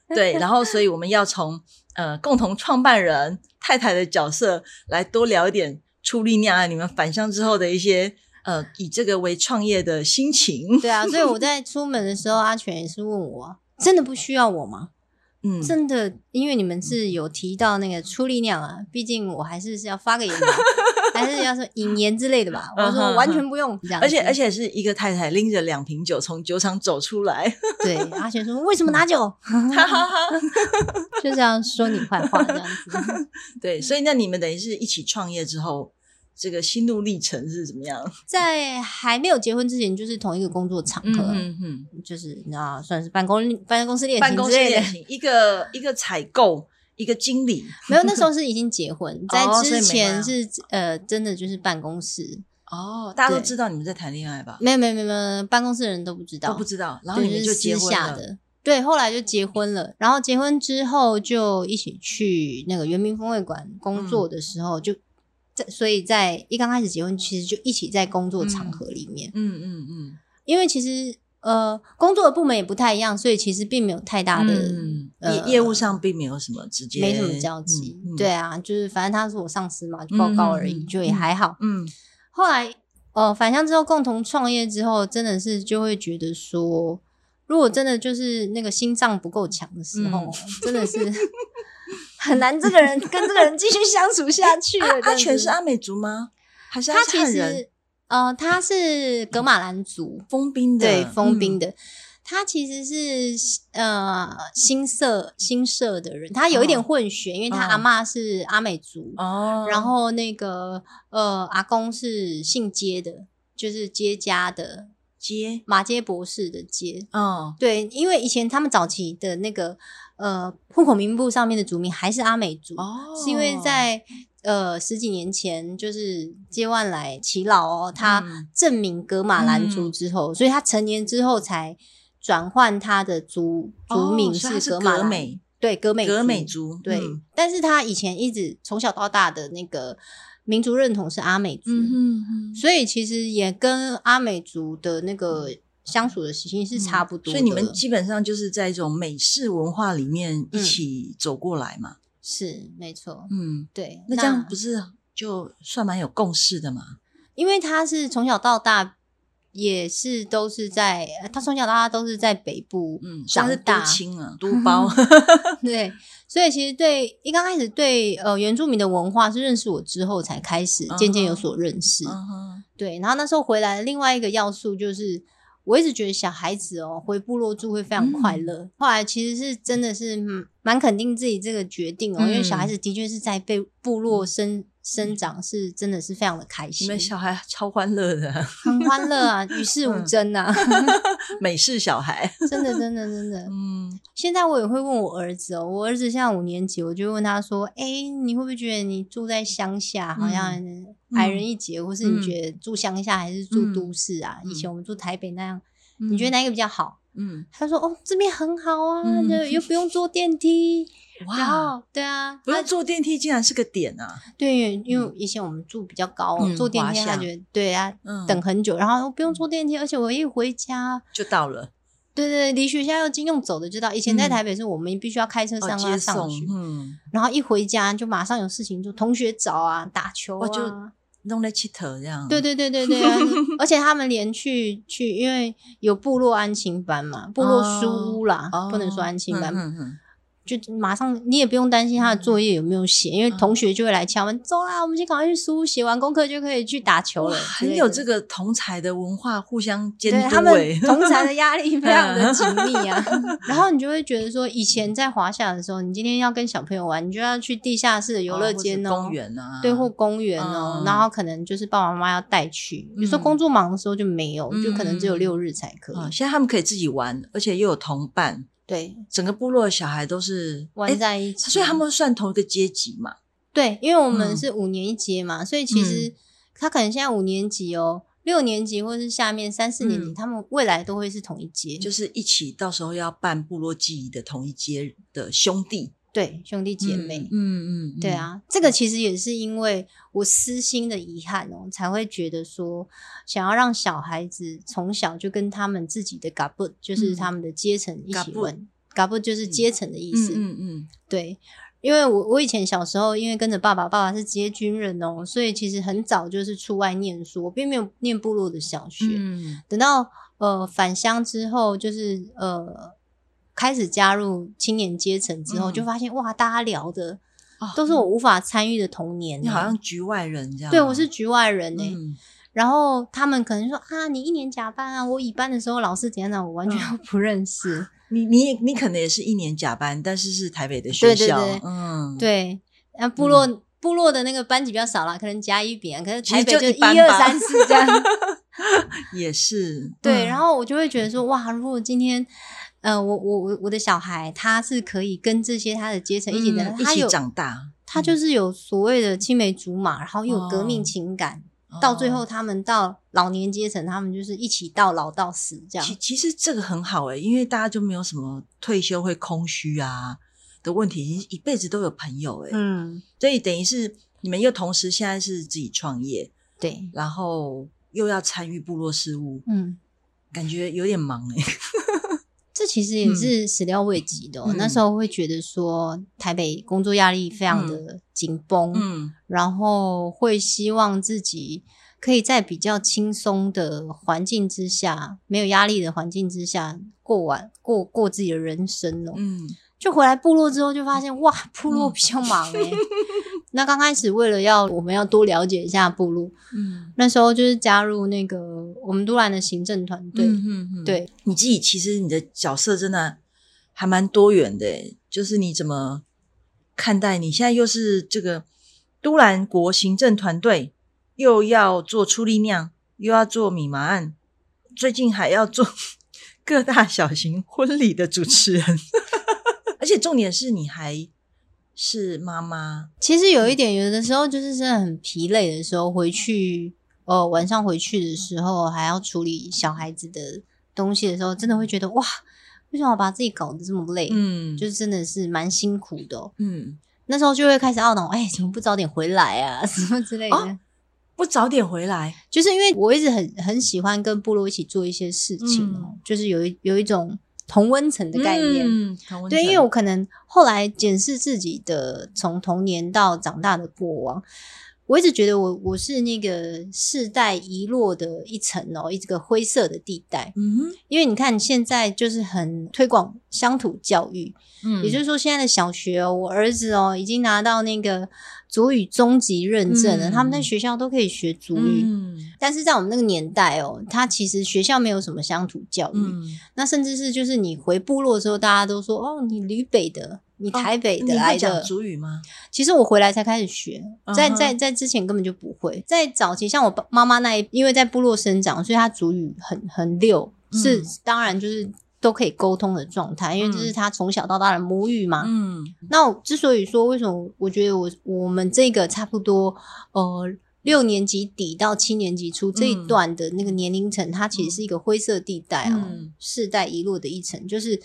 Speaker 1: [laughs] 对，然后所以我们要从呃共同创办人太太的角色来多聊一点出力量啊，你们返乡之后的一些呃以这个为创业的心情，
Speaker 3: 对啊，所以我在出门的时候，阿全也是问我，真的不需要我吗？
Speaker 1: 嗯，
Speaker 3: 真的，因为你们是有提到那个出力量啊，毕竟我还是是要发个言吧，还是要说引言之类的吧。
Speaker 1: 嗯
Speaker 3: 我说
Speaker 1: 哼
Speaker 3: 完全不用，这样子。
Speaker 1: 而且而且是一个太太拎着两瓶酒从酒厂走出来， [laughs]
Speaker 3: 对阿全说为什么拿酒，
Speaker 1: 哈哈哈。
Speaker 3: 就这样说你坏话这样
Speaker 1: [laughs]
Speaker 3: 子。
Speaker 1: 对，所以那你们等于是一起创业之后，这个心路历程是怎么样？
Speaker 3: 在还没有结婚之前，就是同一个工作场
Speaker 1: [laughs]
Speaker 3: 合，啊
Speaker 1: 嗯，
Speaker 3: 就是那算是办公办公室恋
Speaker 1: 办
Speaker 3: 情
Speaker 1: 公
Speaker 3: 之
Speaker 1: 室
Speaker 3: 类
Speaker 1: 恋
Speaker 3: 的。
Speaker 1: 情，一个一个采购，一个经理，
Speaker 3: 没有，那
Speaker 1: [laughs]
Speaker 3: 时候是已经结婚，在
Speaker 1: 哦所以
Speaker 3: 之
Speaker 1: 没
Speaker 3: 前
Speaker 1: 啦
Speaker 3: 是、呃，真的就是办公室，
Speaker 1: 哦，大家都
Speaker 3: 对
Speaker 1: 知道你们在谈恋爱吧？
Speaker 3: 没有没有没有没有，办公室的人都不知道，
Speaker 1: 都不知道，然后
Speaker 3: 对
Speaker 1: 你们
Speaker 3: 是
Speaker 1: 结
Speaker 3: 私
Speaker 1: 婚
Speaker 3: 下
Speaker 1: 了，
Speaker 3: 的。对，后来就结婚了，然后结婚之后就一起去那个圆明风味馆
Speaker 1: 嗯
Speaker 3: 工作的时候，就在所以在一刚开始结婚，其实就一起在工作场合里面，
Speaker 1: 嗯嗯嗯，
Speaker 3: 因为其实呃工作的部门也不太一样，所以其实并没有太大的、
Speaker 1: 嗯
Speaker 3: 呃
Speaker 1: 业业务上并没有什么直接，
Speaker 3: 没什么交集。
Speaker 1: 嗯
Speaker 3: 对，啊，就是反正他是我上司嘛，就报告而已，
Speaker 1: 嗯嗯
Speaker 3: 就也还好。
Speaker 1: 嗯嗯
Speaker 3: 后来呃返乡之后，共同创业之后，真的是就会觉得说，如果真的就是那个心脏不够强的时候，
Speaker 1: 嗯
Speaker 3: 真的是很难这个人跟这个人继续相处下去了。
Speaker 1: 啊
Speaker 3: 这
Speaker 1: 阿
Speaker 3: 样
Speaker 1: 全
Speaker 3: 子
Speaker 1: 是阿美族吗？还是
Speaker 3: 他
Speaker 1: 是
Speaker 3: 其
Speaker 1: 汉人
Speaker 3: 实呃他是格马兰族，
Speaker 1: 封冰的，嗯
Speaker 3: 对封兵
Speaker 1: 的，
Speaker 3: 的。他其实是呃新社新社的人，他有一点
Speaker 1: 哦
Speaker 3: 混血，因为他
Speaker 1: 哦
Speaker 3: 阿嬷是阿美族，
Speaker 1: 哦，
Speaker 3: 然后那个呃，阿公是姓接的，就是接家的
Speaker 1: 接，
Speaker 3: 马街博士的接。
Speaker 1: 哦，
Speaker 3: 对，因为以前他们早期的那个呃户口名簿上面的族名还是阿美族，
Speaker 1: 哦，
Speaker 3: 是因为在呃十几年前，就是接万来耆老哦，他
Speaker 1: 嗯
Speaker 3: 证明格马兰族
Speaker 1: 嗯
Speaker 3: 之后，所以他成年之后才转换他的族族
Speaker 1: 哦
Speaker 3: 名
Speaker 1: 所以他是
Speaker 3: 格马兰，
Speaker 1: 美
Speaker 3: 对格美
Speaker 1: 格美族，
Speaker 3: 对，
Speaker 1: 嗯
Speaker 3: 但是他以前一直从小到大的那个民族认同是阿美族，
Speaker 1: 嗯哼
Speaker 3: 所以其实也跟阿美族的那个相处的习性是差不多
Speaker 1: 嗯所
Speaker 3: 的。
Speaker 1: 以你们基本上就是在一种美式文化里面一
Speaker 3: 嗯
Speaker 1: 起走过来嘛。
Speaker 3: 是没错，
Speaker 1: 嗯，
Speaker 3: 对。
Speaker 1: 那这样不是就算蛮有共识的嘛？
Speaker 3: 因为他是从小到大也是都是在，呃他从小到大都是在北部
Speaker 1: 嗯，算
Speaker 3: 长
Speaker 1: 是都
Speaker 3: 大，
Speaker 1: 亲啊，都
Speaker 3: [laughs]
Speaker 1: 包。
Speaker 3: 对，所以其实对一刚开始对呃原住民的文化是认识我之后才开始渐渐有所认识。
Speaker 1: 嗯哼
Speaker 3: 对，然后那时候回来，另外一个要素就是，我一直觉得小孩子哦回部落住会非常
Speaker 1: 嗯
Speaker 3: 快乐。后来其实是真的是嗯蛮肯定自己这个决定哦，因为小
Speaker 1: 嗯
Speaker 3: 孩子的确是在被部落生生长，是真的是非常的开
Speaker 1: 你
Speaker 3: 心，
Speaker 1: 们小孩超欢乐的，
Speaker 3: 很欢乐啊，与世无
Speaker 1: 嗯
Speaker 3: 争啊， [laughs]
Speaker 1: 美式小孩。
Speaker 3: 真的真的真的。
Speaker 1: 嗯，
Speaker 3: 现在我也会问我儿子哦，我儿子现在五年级，我就会问他说：“哎、你会不会觉得你住在乡下好像矮人一截，或是你
Speaker 1: 嗯
Speaker 3: 觉得住乡下还是住
Speaker 1: 嗯
Speaker 3: 都市啊？以前
Speaker 1: 嗯
Speaker 3: 我们住台北那样，
Speaker 1: 你
Speaker 3: 你觉得哪一个比较好？
Speaker 1: 嗯，
Speaker 3: 他说哦这边很好啊，
Speaker 1: 嗯
Speaker 3: 就又不用坐电梯，然
Speaker 1: 哇，嗯
Speaker 3: 后对啊，
Speaker 1: 不用坐电梯竟然是个点啊！
Speaker 3: 对，因为以前我们住比较高，
Speaker 1: 嗯
Speaker 3: 坐电
Speaker 1: 华
Speaker 3: 梯他
Speaker 1: 夏
Speaker 3: 觉得对啊，
Speaker 1: 嗯，
Speaker 3: 等很久，然后不用坐电梯，而且我一回家，
Speaker 1: 就到了，
Speaker 3: 对对，对离学校又近，用走的就到。以前在
Speaker 1: 嗯
Speaker 3: 台北是我们必须要开车
Speaker 1: 哦
Speaker 3: 上
Speaker 1: 接
Speaker 3: 啊
Speaker 1: 送
Speaker 3: 上学，，
Speaker 1: 嗯，
Speaker 3: 然后一回家就马上有事情，就同学找啊，打球
Speaker 1: 哦哇就
Speaker 3: 啊，
Speaker 1: 弄在气头这样，嗯
Speaker 3: 对对对
Speaker 1: [laughs]
Speaker 3: 对对啊！而且他们连去去，因为有部落安亲班嘛，部落书屋啦，
Speaker 1: 哦，
Speaker 3: 不能说安亲班，
Speaker 1: 嗯嗯嗯
Speaker 3: 就马上你也不用担心他的作业有没有写，因为同学就会来敲门，走啦，我们先赶快去书屋写完功课就可以去打球
Speaker 1: 哇
Speaker 3: 了，
Speaker 1: 很有这
Speaker 3: 个。
Speaker 1: 个同才的文化互相监
Speaker 3: 对
Speaker 1: 督、欸，嗯
Speaker 3: 他们同
Speaker 1: [laughs]
Speaker 3: 才的压力非常的紧密啊，然后你就会觉得说，以前在华夏的时候，你今天要跟小朋友玩，你就要去地下室的游乐间
Speaker 1: 哦
Speaker 3: 哦，
Speaker 1: 或者公园啊，
Speaker 3: 对，或公园哦，
Speaker 1: 嗯
Speaker 3: 然后可能就是爸爸妈妈要带去，有时候
Speaker 1: 嗯
Speaker 3: 工作忙的时候就没有，就可能只有
Speaker 1: 嗯
Speaker 3: 六日才可以。
Speaker 1: 哦，现在他们可以自己玩，而且又有同伴，
Speaker 3: 对，
Speaker 1: 整个部落的小孩都是
Speaker 3: 玩
Speaker 1: 诶
Speaker 3: 在一起，
Speaker 1: 哎所以他们算同一个阶级嘛？
Speaker 3: 对，因为我们
Speaker 1: 嗯
Speaker 3: 是五年一阶嘛，所以其实他可能现在五年级哦，六年级或是下面三四年级，
Speaker 1: 嗯
Speaker 3: 他们未来都会是同一阶，
Speaker 1: 就是是一起到时候要办部落记忆的同一阶的兄弟
Speaker 3: 对兄弟姐妹。
Speaker 1: 嗯嗯，嗯
Speaker 3: 对，啊，这个其实也是因为我私心的遗憾哦，才会觉得说想要让小孩子从小就跟他们自己的嘎布，就是
Speaker 1: 嗯
Speaker 3: 他们的阶层一起
Speaker 1: gabu
Speaker 3: 玩。嘎布就是阶层的意
Speaker 1: 嗯
Speaker 3: 思，
Speaker 1: 嗯嗯，
Speaker 3: 对。因为我我以前小时候，因为跟着爸爸，爸爸是职业军人哦，所以其实很早就是出外念书，我并没有念部落的小学。
Speaker 1: 嗯
Speaker 3: 等到呃返乡之后，就是呃开始加入青年阶层之后，
Speaker 1: 嗯
Speaker 3: 就发现哇，大家聊的
Speaker 1: 哦
Speaker 3: 都是我无法参与的童年欸、
Speaker 1: 你好像局外人这样，哦啊
Speaker 3: 对我是局外人呢、
Speaker 1: 嗯
Speaker 3: 然后他们可能说啊，你一年甲班啊，我乙班的时候老师怎样怎样，我完全
Speaker 1: 嗯
Speaker 3: 不认识。
Speaker 1: 你你你可能也是一年甲班，但是是台北的学校，
Speaker 3: 对对对
Speaker 1: 嗯，
Speaker 3: 对，啊，部落、部落的那个班级比较少啦，可能甲乙丙啊，可是
Speaker 1: 其
Speaker 3: 台
Speaker 1: 实
Speaker 3: 北
Speaker 1: 就
Speaker 3: 就
Speaker 1: 一般
Speaker 3: 二
Speaker 1: 吧
Speaker 3: 三四这样。 [laughs]
Speaker 1: 也是嗯
Speaker 3: 对，然
Speaker 1: 后
Speaker 3: 后我就会
Speaker 1: 嗯
Speaker 3: 觉得说，哇，如果今天，呃，我我我我的小孩他是可以跟这些他的阶层一起的，
Speaker 1: 嗯一
Speaker 3: 他
Speaker 1: 起
Speaker 3: 有
Speaker 1: 长大，
Speaker 3: 他就是有所谓的青梅竹马，然后又有革
Speaker 1: 哦
Speaker 3: 命情感，到最后他们到老年阶层，他们就是一起到老到死这样
Speaker 1: 其。其实这个很好诶、因为大家就没有什么退休会空虚啊的问题，已经一辈子都有朋友诶、
Speaker 3: 嗯，
Speaker 1: 所以等于是你们又同时现在是自己创业，
Speaker 3: 对，
Speaker 1: 然后又要参与部落事务，
Speaker 3: 嗯，
Speaker 1: 感觉有点忙欸诶、
Speaker 3: 这其实也是始料未及的哦、
Speaker 1: 嗯
Speaker 3: 那时候会觉得说，台北工作压力非常的紧绷，
Speaker 1: 嗯
Speaker 3: 然后会希望自己可以在比较轻松的环境之下，没有压力的环境之下过完过过自己的人生哦。
Speaker 1: 嗯，
Speaker 3: 就回来部落之后，就发现哇，部落比较
Speaker 1: [laughs]
Speaker 3: 忙哎、那刚开始为了要我们要多了解一下部落，
Speaker 1: 嗯，
Speaker 3: 那时候就是加入那个我们都兰的行政团队，
Speaker 1: 嗯嗯嗯
Speaker 3: 对，
Speaker 1: 你自己其实你的角色真的还蛮多元的诶，就是你怎么看待你现在又是这个都兰国行政团队，又要做出力量，又要做米麻案，最近还要做 [laughs] 各大小型婚礼的主持人， [laughs] 而且重点是你还是妈妈，
Speaker 3: 其实有一点，有的时候就是真的很疲累的时候，回去呃晚上回去的时候，还要处理小孩子的东西的时候，真的会觉得哇，为什么要把自己搞得这么累？
Speaker 1: 嗯
Speaker 3: 就是真的是蛮辛苦的哦、
Speaker 1: 嗯，
Speaker 3: 那时候就会开始懊恼，哎、怎么不早点回来啊， [laughs] 什么之类的。
Speaker 1: 哦不早点回来，
Speaker 3: 就是因为我一直很很喜欢跟部落一起做一些事情哦，就是有一有一种同温层的概念。
Speaker 1: 嗯、同温
Speaker 3: 对，因为
Speaker 1: 层
Speaker 3: 我可能后来检视自己的从童年到长大的过往，我一直觉得我我是那个世代遗落的一层哦，一个灰色的地带。
Speaker 1: 嗯
Speaker 3: 因为你看现在就是很推广乡土教育，
Speaker 1: 嗯
Speaker 3: 也就是说现在的小学哦，我儿子哦已经拿到那个族语中级认证了，
Speaker 1: 嗯
Speaker 3: 他们在学校都可以学族语。
Speaker 1: 嗯
Speaker 3: 但是在我们那个年代哦，它其实学校没有什么乡土教育，
Speaker 1: 嗯。
Speaker 3: 那甚至是就是你回部落之后，大家都说哦，你旅北的，你台北的
Speaker 1: 哦你
Speaker 3: 来
Speaker 1: 会
Speaker 3: 的。
Speaker 1: 讲主语吗？
Speaker 3: 其实我回来才开始学，在
Speaker 1: 嗯哼
Speaker 3: 在在之前根本就不会。在早期，像我爸妈妈那一，因为在部落生长，所以她主语很很溜，
Speaker 1: 嗯
Speaker 3: 是、当然就是都可以沟通的状态，因为这
Speaker 1: 嗯
Speaker 3: 是她从小到大的母语嘛。
Speaker 1: 嗯
Speaker 3: 那我之所以说为什么，我觉得我我们这个差不多呃六年级底到七年级初这一
Speaker 1: 嗯
Speaker 3: 段的那个年龄层，它其实是一个灰色地带啊、
Speaker 1: 嗯
Speaker 3: 世代遗落的一层，就是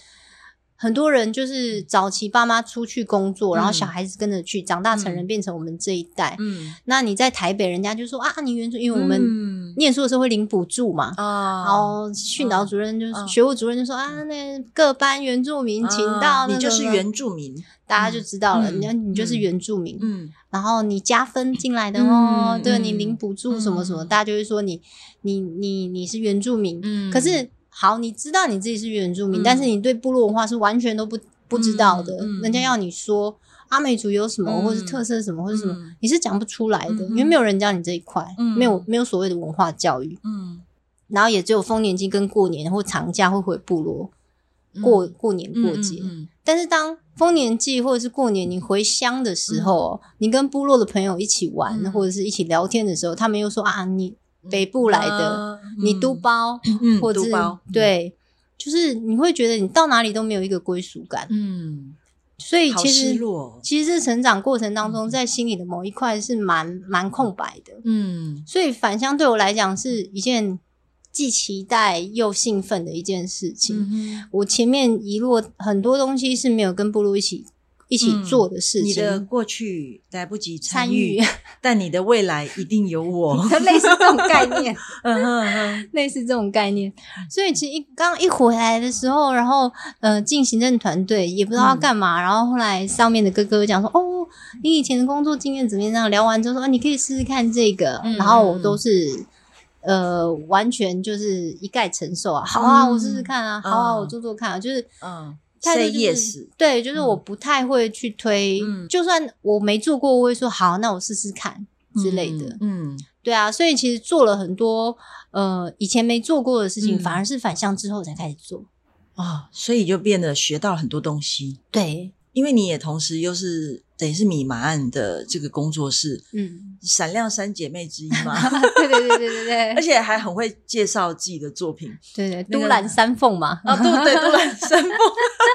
Speaker 3: 很多人就是早期爸妈出去工作，然后小孩子跟着去，长大成人变成我们这一代。
Speaker 1: 嗯，
Speaker 3: 那你在台北，人家就说啊，你原住，因为我们
Speaker 1: 嗯
Speaker 3: 念书的时候会领补助嘛，然
Speaker 1: 啊，
Speaker 3: 后训导主任就是、
Speaker 1: 嗯
Speaker 3: 学务主任就说啊，那各班原住民请到、
Speaker 1: 啊你就是，原住民，
Speaker 3: 大家就知道了，
Speaker 1: 嗯
Speaker 3: 你、你就是原住民，
Speaker 1: 嗯
Speaker 3: 然后你加分进来的哦，
Speaker 1: 嗯
Speaker 3: 对
Speaker 1: 嗯
Speaker 3: 你领补助什么什么，
Speaker 1: 嗯
Speaker 3: 大家就会说你你你你是原住民，
Speaker 1: 嗯
Speaker 3: 可是好，你知道你自己是原住民，
Speaker 1: 嗯
Speaker 3: 但是你对部落文化是完全都不不知道的，
Speaker 1: 嗯嗯
Speaker 3: 人家要你说阿美族有什么，
Speaker 1: 嗯
Speaker 3: 或是特色什么，或是什么，
Speaker 1: 嗯
Speaker 3: 你是讲不出来的，
Speaker 1: 嗯
Speaker 3: 因为没有人教你这一块，
Speaker 1: 嗯
Speaker 3: 没有没有所谓的文化教育。
Speaker 1: 嗯
Speaker 3: 然后也只有丰年祭跟过年或长假会回部落过、过年过节。
Speaker 1: 嗯
Speaker 3: 但是当丰年祭或者是过年你回乡的时候哦，你跟部落的朋友一起玩、
Speaker 1: 嗯
Speaker 3: 或者是一起聊天的时候，他们又说啊，你北部来的，，你都包，
Speaker 1: 啊嗯
Speaker 3: 或者
Speaker 1: 都
Speaker 3: 是
Speaker 1: 包，
Speaker 3: 对，就是你会觉得你到哪里都没有一个归属感，
Speaker 1: 嗯，
Speaker 3: 所以
Speaker 1: 好
Speaker 3: 其
Speaker 1: 失
Speaker 3: 实
Speaker 1: 落哦，
Speaker 3: 其实这成长过程当中，
Speaker 1: 嗯
Speaker 3: 在心里的某一块是蛮蛮空白的。
Speaker 1: 嗯
Speaker 3: 所以返乡对我来讲是一件既期待又兴奋的一件事情。
Speaker 1: 嗯哼，
Speaker 3: 我前面一路很多东西是没有跟部落一起一起做的事
Speaker 1: 嗯你
Speaker 3: 情，
Speaker 1: 的 [laughs] 过去来不及
Speaker 3: 参
Speaker 1: 参与
Speaker 3: 与，
Speaker 1: 但你的未来一定有我。
Speaker 3: [laughs] 类似这种概念，
Speaker 1: [laughs] 嗯哼嗯
Speaker 3: [laughs] 类似这种概念。所以其实一刚一回来的时候，然后呃进行政团队也不知道
Speaker 1: 嗯
Speaker 3: 要干嘛，然后后来上面的哥哥讲说：“哦，你以前的工作经验怎么样？”聊完之后说：“啊，你可以试试看这个。
Speaker 1: 嗯
Speaker 3: 然后我都是。呃，完全就是一概承受啊！好啊，
Speaker 1: 嗯
Speaker 3: 我试试看啊！好啊，
Speaker 1: 嗯
Speaker 3: 我做做看啊！就是
Speaker 1: 嗯
Speaker 3: 态度
Speaker 1: ，say
Speaker 3: 就是
Speaker 1: yes，
Speaker 3: 对，就是我不太会去推，
Speaker 1: 嗯
Speaker 3: 就算我没做过，我会说好，那我试试看之类的。
Speaker 1: 嗯，
Speaker 3: 对啊，所以其实做了很多呃以前没做过的事情，
Speaker 1: 嗯
Speaker 3: 反而是返乡之后才开始做。
Speaker 1: 哦，所以就变得学到很多东西，
Speaker 3: 对，
Speaker 1: 因为你也同时又是等于是米麻案的这个工作室
Speaker 3: 嗯，
Speaker 1: 闪亮三姐妹之一嘛，
Speaker 3: [laughs]
Speaker 1: [laughs]
Speaker 3: 对对对对对
Speaker 1: 而
Speaker 3: [laughs] 对
Speaker 1: 且还很会介绍自己的作品
Speaker 3: 对 [laughs] 对，
Speaker 1: 那个
Speaker 3: 都兰三凤嘛，
Speaker 1: 啊，对对，杜兰山峰。 [laughs]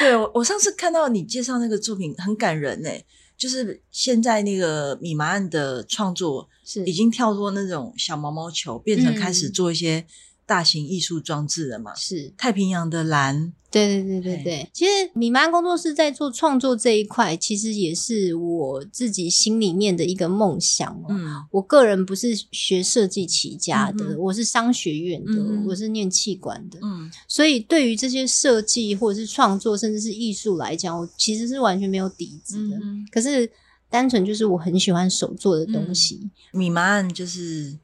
Speaker 1: 对我，我上次看到你介绍那个作品很感人呢、就是现在那个米麻案的创作
Speaker 3: [laughs] 是
Speaker 1: 已经跳脱那种小毛毛球，变成开始
Speaker 3: 嗯
Speaker 1: 做一些大型艺术装置了嘛。
Speaker 3: 是，
Speaker 1: 太平洋的蓝，
Speaker 3: 对对对对对。其实米曼工作室在做创作这一块，其实也是我自己心里面的一个梦想哦。
Speaker 1: 嗯
Speaker 3: 我个人不是学设计起家的，
Speaker 1: 嗯哼
Speaker 3: 我是商学院的，
Speaker 1: 嗯哼
Speaker 3: 我是念气管的，
Speaker 1: 嗯
Speaker 3: 所以对于这些设计或者是创作，甚至是艺术来讲，我其实是完全没有底子的。
Speaker 1: 嗯，
Speaker 3: 可是单纯就是我很喜欢手做的东西。
Speaker 1: 米麻案就是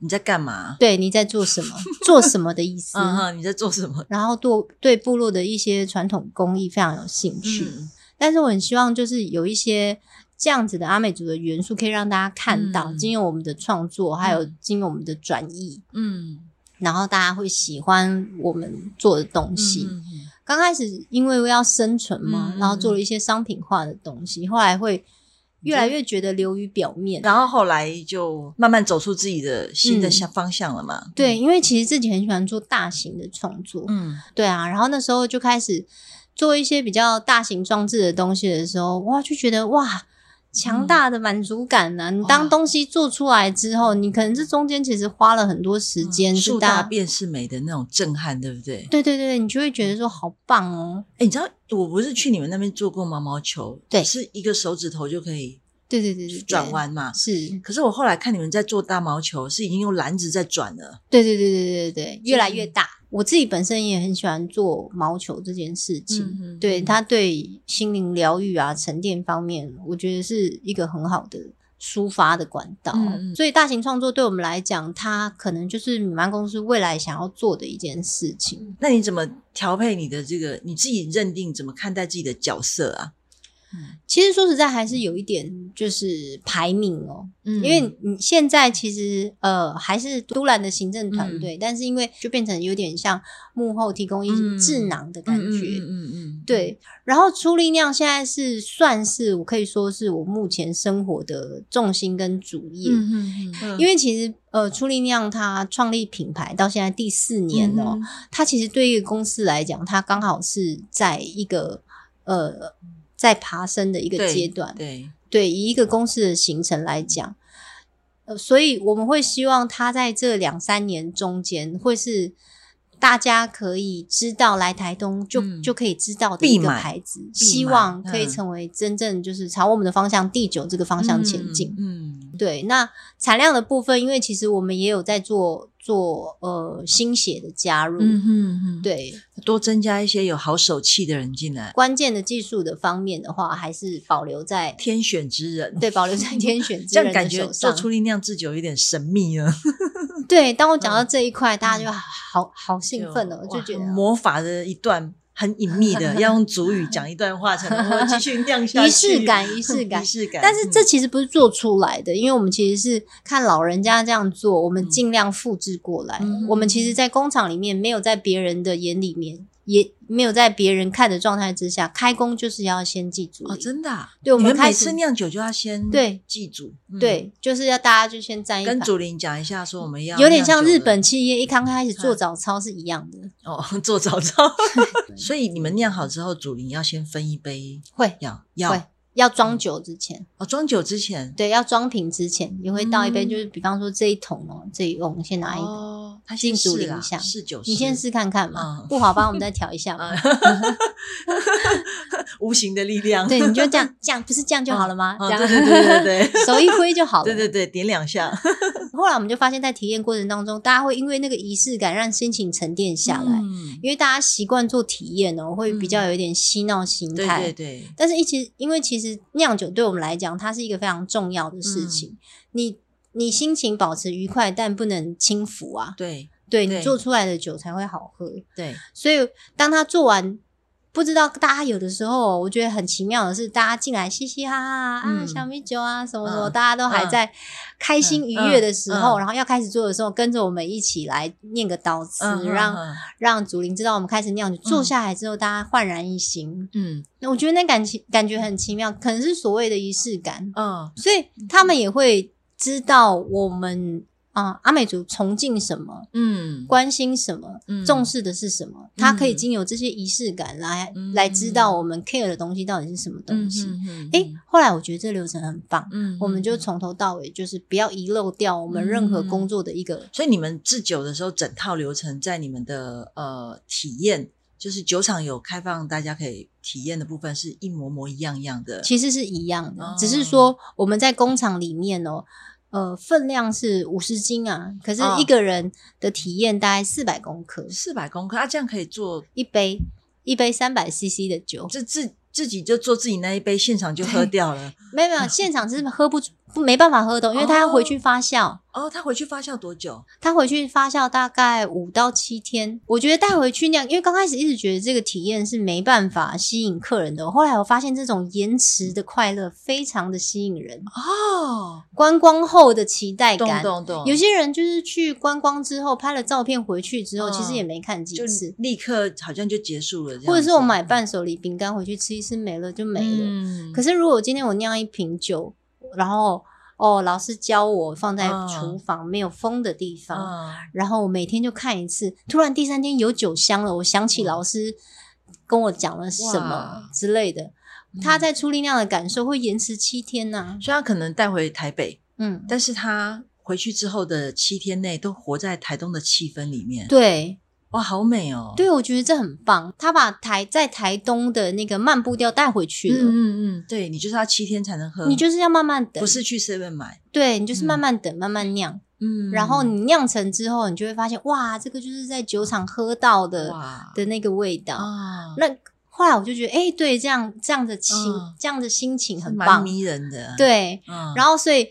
Speaker 1: 你在干嘛？
Speaker 3: 对，你在做什么？做什么的意思？
Speaker 1: 嗯哼，你在做什么？
Speaker 3: 然后对对部落的一些传统工艺非常有兴趣。
Speaker 1: 嗯
Speaker 3: 但是我很希望就是有一些这样子的阿美族的元素，可以让大家看到，
Speaker 1: 嗯
Speaker 3: 经由我们的创作，还有
Speaker 1: 嗯
Speaker 3: 经由我们的转译，
Speaker 1: 嗯，
Speaker 3: 然后大家会喜欢我们做的东西。
Speaker 1: 嗯
Speaker 3: 刚开始因为要生存嘛，
Speaker 1: 嗯
Speaker 3: 然后做了一些商品化的东西，后来会越来越觉得流于表面。
Speaker 1: 然后后来就慢慢走出自己的新的
Speaker 3: 嗯
Speaker 1: 向方向了嘛。
Speaker 3: 对，，因为其实自己很喜欢做大型的创作，
Speaker 1: 嗯
Speaker 3: 对啊，然后那时候就开始做一些比较大型装置的东西的时候，哇，就觉得哇，强大的满足感啊呢、你当
Speaker 1: 嗯哇
Speaker 3: 东西做出来之后，你可能这中间其实花了很多时间，是
Speaker 1: 嗯树
Speaker 3: 大
Speaker 1: 大
Speaker 3: 家
Speaker 1: 便是美的那种震撼，对不对？
Speaker 3: 对对对，你就会觉得说好棒哦，
Speaker 1: 哎，你知道我不是去你们那边做过毛毛球，
Speaker 3: 对
Speaker 1: 是一个手指头就可以
Speaker 3: 对对对对，对
Speaker 1: 转弯嘛。
Speaker 3: 是，
Speaker 1: 可是我后来看你们在做大毛球，是已经用篮子在转了。
Speaker 3: 对对对对对对，越来越
Speaker 1: 嗯
Speaker 3: 大。我自己本身也很喜欢做毛球这件事情，
Speaker 1: 嗯
Speaker 3: 对，它对心灵疗愈啊、沉淀方面，我觉得是一个很好的抒发的管道。
Speaker 1: 嗯嗯
Speaker 3: 所以大型创作对我们来讲，它可能就是米曼公司未来想要做的一件事情。
Speaker 1: 那你怎么调配你的这个？你自己认定怎么看待自己的角色啊？
Speaker 3: 其实说实在，还是有一点就是排名哦，
Speaker 1: 嗯
Speaker 3: 因为你现在其实呃还是都兰的行政
Speaker 1: 嗯
Speaker 3: 团队，但是因为就变成有点像幕后提供一些
Speaker 1: 嗯
Speaker 3: 智囊的感觉，
Speaker 1: 嗯嗯嗯，
Speaker 3: 对，然后初力量现在是算是我可以说是我目前生活的重心跟主业，
Speaker 1: 嗯嗯嗯，
Speaker 3: 因为其实呃初力量它创立品牌到现在第四年
Speaker 1: 嗯
Speaker 3: 哦，它其实对一个公司来讲，它刚好是在一个呃在爬升的一个
Speaker 1: 对
Speaker 3: 阶段，
Speaker 1: 对，
Speaker 3: 对，以一个公司的形成来讲，呃，所以我们会希望他在这两三年中间，会是大家可以知道来台东就、
Speaker 1: 嗯
Speaker 3: 就可以知道的
Speaker 1: 必
Speaker 3: 一个
Speaker 1: 买
Speaker 3: 牌子，
Speaker 1: 必
Speaker 3: 希
Speaker 1: 买
Speaker 3: 望可以
Speaker 1: 嗯
Speaker 3: 成为真正就是朝我们的方向第九这个方向前进。
Speaker 1: 嗯，嗯
Speaker 3: 对，那产量的部分，因为其实我们也有在做做呃新血的加入，
Speaker 1: 嗯哼哼，
Speaker 3: 对，
Speaker 1: 多增加一些有好手气的人进来，
Speaker 3: 关键的技术的方面的话，还是保留在
Speaker 1: 天选之人，
Speaker 3: 对保留在天选之
Speaker 1: 这
Speaker 3: 人
Speaker 1: 样感
Speaker 3: 的
Speaker 1: 觉
Speaker 3: 手
Speaker 1: 做
Speaker 3: 上。
Speaker 1: 出力酿制酒有点神秘啊了，
Speaker 3: 对，当我讲到这一块，大家就好好兴奋哦，
Speaker 1: 嗯哇
Speaker 3: 就觉得。
Speaker 1: 魔法的一段很隐秘
Speaker 3: [laughs]
Speaker 1: 的，要用主语讲一段话才能够继续酿下去，
Speaker 3: 仪式感，
Speaker 1: [laughs]
Speaker 3: 仪式感
Speaker 1: 仪，式感。
Speaker 3: 但是
Speaker 1: 嗯
Speaker 3: 这其实不是做出来的，因为我们其实是看老人家这样做，我们尽量复制过来。
Speaker 1: 嗯
Speaker 3: 我们其实，在工厂里面没有在别人的眼里面，也没有在别人看的状态之下，开工就是要先记住。
Speaker 1: 哦，真的啊，
Speaker 3: 对我们
Speaker 1: 你
Speaker 3: 开
Speaker 1: 每
Speaker 3: 始
Speaker 1: 次酿酒就要先
Speaker 3: 对
Speaker 1: 记住，嗯，
Speaker 3: 对，就是要大家就先站一
Speaker 1: 跟
Speaker 3: 排。
Speaker 1: 主林讲一下，说我们要
Speaker 3: 有点像
Speaker 1: 酿酒
Speaker 3: 日
Speaker 1: 了嗯
Speaker 3: 本企业一刚开始做早操是一样的，
Speaker 1: 哦，做早
Speaker 3: [laughs]
Speaker 1: 操。所以你
Speaker 3: 嗯
Speaker 1: 们酿好之后，主林要先分一杯，
Speaker 3: 会
Speaker 1: 要
Speaker 3: 会
Speaker 1: 要
Speaker 3: 要装酒之前，
Speaker 1: 哦，装酒之前
Speaker 3: 对，要装瓶之前也会倒一杯，
Speaker 1: 嗯
Speaker 3: 就是比方说这一桶哦，这一桶先拿一个，
Speaker 1: 哦，他
Speaker 3: 进
Speaker 1: 先
Speaker 3: 主
Speaker 1: 试
Speaker 3: 林一
Speaker 1: 啦
Speaker 3: 下
Speaker 1: 试酒师，
Speaker 3: 你先试看看嘛
Speaker 1: 嗯，
Speaker 3: 不好吧，我们再调一下嘛。
Speaker 1: 无形的力量，
Speaker 3: [laughs] 对，你就这样，这样不是这样就好了吗？
Speaker 1: [laughs] 哦
Speaker 3: 这样，
Speaker 1: 嗯对对对对对
Speaker 3: [laughs] 手一挥就好了。
Speaker 1: 对对对，点两下
Speaker 3: [laughs] 后来我们就发现，在体验过程当中，大家会因为那个仪式感，让心情沉淀下来。
Speaker 1: 嗯
Speaker 3: 因为大家习惯做体验哦，会比较有一点嬉闹心
Speaker 1: 对
Speaker 3: 态。
Speaker 1: 对对，
Speaker 3: 但是，一其实因为其实酿酒对我们来讲，它是一个非常重要的
Speaker 1: 嗯
Speaker 3: 事情。你你心情保持愉快，但不能轻浮啊。
Speaker 1: 对
Speaker 3: 对
Speaker 1: 对
Speaker 3: 你做出来的酒才会好喝。
Speaker 1: 对，
Speaker 3: 所以当他做完，不知道大家有的时候，我觉得很奇妙的是，大家进来嘻嘻哈哈啊，
Speaker 1: 嗯
Speaker 3: 小米酒啊，什么什么，
Speaker 1: 嗯
Speaker 3: 大家都还在开心愉悦的时候，
Speaker 1: 嗯嗯嗯
Speaker 3: 然后要开始做的时候，跟着我们一起来念个祷词，
Speaker 1: 嗯
Speaker 3: 让
Speaker 1: 嗯
Speaker 3: 让祖灵知道我们开始酿酒。坐下来之后，大家焕然一新。
Speaker 1: 嗯
Speaker 3: 那我觉得那感情感觉很奇妙，可能是所谓的仪式感，
Speaker 1: 嗯
Speaker 3: 所以他们也会知道我们啊、阿美族崇敬什么，
Speaker 1: 嗯，
Speaker 3: 关心什么，
Speaker 1: 嗯
Speaker 3: 重视的是什么，他可以经由这些仪式感来、
Speaker 1: 嗯
Speaker 3: 来知道我们 care 的东西到底是什么东西。
Speaker 1: 嗯
Speaker 3: 诶，后来我觉得这流程很棒，
Speaker 1: 嗯
Speaker 3: 我们就。从头到尾就是不要遗漏掉我们任何工作的一个。
Speaker 1: 所以你们制酒的时候，整套流程在你们的呃体验，就是酒厂有开放大家可以体验的部分，是一模模一样样的。
Speaker 3: 其实是一样的，
Speaker 1: 哦
Speaker 3: 只是说我们在工厂里面哦，呃，分量是五十斤啊，可是
Speaker 1: 哦
Speaker 3: 一个人的体验大概四百公克，
Speaker 1: 四百公克，啊，这样可以做
Speaker 3: 一杯一杯三百 CC 的酒，
Speaker 1: 这自自己就做自己那一杯，现场就喝掉了。
Speaker 3: 没有
Speaker 1: [laughs]
Speaker 3: 没有，现场是喝不出，不没办法喝的，因为他要回去发酵。
Speaker 1: 哦，他回去发酵多久？
Speaker 3: 它回去发酵大概五到七天，我觉得带回去酿，因为刚开始一直觉得这个体验是没办法吸引客人的。后来我发现这种延迟的快乐非常的吸引人，
Speaker 1: 哦，
Speaker 3: 观光后的期待
Speaker 1: 懂
Speaker 3: 感。
Speaker 1: 懂懂，
Speaker 3: 有些人就是去观光之后拍了照片回去之后，
Speaker 1: 嗯
Speaker 3: 其实也没看几
Speaker 1: 就
Speaker 3: 次，
Speaker 1: 立刻好像就结束了这样子，
Speaker 3: 或者是我买伴手礼饼干回去吃一吃没了就没了。
Speaker 1: 嗯
Speaker 3: 可是如果今天我酿一瓶酒，然后哦老师教我放在
Speaker 1: 嗯
Speaker 3: 厨房、没有风的地方，
Speaker 1: 嗯
Speaker 3: 然后我每天就看一次，突然第三天有酒香了，我想起老师跟我讲了什么
Speaker 1: 嗯哇嗯
Speaker 3: 之类的。他在出力量的感受会延迟七天呐、
Speaker 1: 所以他可能带回台北，
Speaker 3: 嗯，
Speaker 1: 但是他回去之后的七天内都活在台东的气氛里面，
Speaker 3: 对
Speaker 1: 哇，好美哦！
Speaker 3: 对，我觉得这很棒。他把台在台东的那个慢步调带回去
Speaker 1: 嗯，
Speaker 3: 了，
Speaker 1: 嗯嗯嗯，对你就是要七天才能喝，
Speaker 3: 你就是要慢慢
Speaker 1: 嗯
Speaker 3: 等，
Speaker 1: 不是去 seven 买，
Speaker 3: 对你就是
Speaker 1: 嗯
Speaker 3: 慢慢等，慢慢酿，
Speaker 1: 嗯
Speaker 3: 然后你酿成之后，你就会发现哇，这个就是在酒厂喝到的
Speaker 1: 哇
Speaker 3: 的那个味道。
Speaker 1: 啊，
Speaker 3: 那后来我就觉得，哎、对，这样这样的情、
Speaker 1: 嗯
Speaker 3: 这样的心情
Speaker 1: 是
Speaker 3: 很
Speaker 1: 蛮
Speaker 3: 棒，
Speaker 1: 迷人的，，
Speaker 3: 对。
Speaker 1: 嗯，
Speaker 3: 然后所以